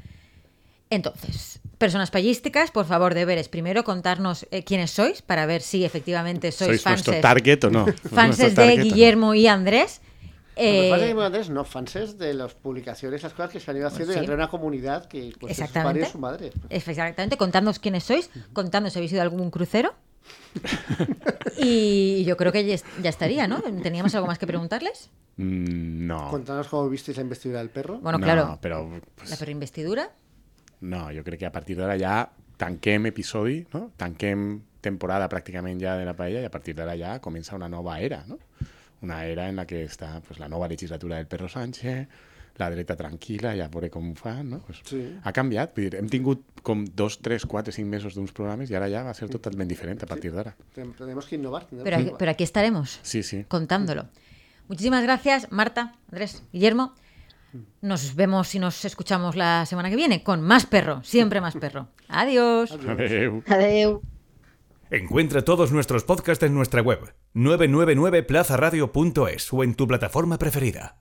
S2: Entonces, personas payísticas, por favor, deberes. Primero, contarnos eh, quiénes sois para ver si efectivamente sois,
S3: Sois nuestro
S2: fanses,
S3: target o no? Nuestro
S2: fanses de
S3: target o no?
S2: Guillermo y Andrés.
S4: Los
S2: Eh,
S4: fans de Guillermo Andrés no, fanses de las publicaciones, las cosas que se han ido haciendo
S2: sí.
S4: y entre una comunidad que pues, es su padre y
S2: exactamente.
S4: su madre.
S2: Exactamente. Contadnos quiénes sois, contadnos si habéis ido a algún crucero, Y yo creo que ya ya estaría, ¿no? ¿Teníamos algo más que preguntarles?
S3: Mm, No.
S4: Contanos cómo visteis la investidura del perro.
S2: Bueno,
S3: No,
S2: claro.
S3: Pero, pues,
S2: La perrinvestidura.
S3: No, jo crec que a partir d'ara ja tanquem episodi, no? tanquem temporada pràcticament ja de la paella i a partir d'ara ja comença una nova era, no? Una era en la que està pues, la nova legislatura del Perro Sánchez, la dreta tranquil·la, ja veuré com ho fan, no? Pues,
S4: Sí.
S3: Ha canviat, vull dir, hem tingut com dos, tres, quatre, cinc mesos d'uns programes i ara ja va ser totalment diferent a partir d'ara.
S4: Ten- Tenemos que innovar. tenemos
S2: Pero,
S4: que
S2: aquí-
S4: innovar.
S2: pero aquí estaremos
S3: Sí, sí.
S2: contándolo. Muchísimas gracias, Marta, Andrés, Guillermo. Nos vemos y nos escuchamos la semana que viene con más perro, siempre más perro. Adiós.
S3: Adéu.
S5: Adeu.
S1: Encuentra todos nuestros podcasts en nuestra web 999plazaradio.es o en tu plataforma preferida.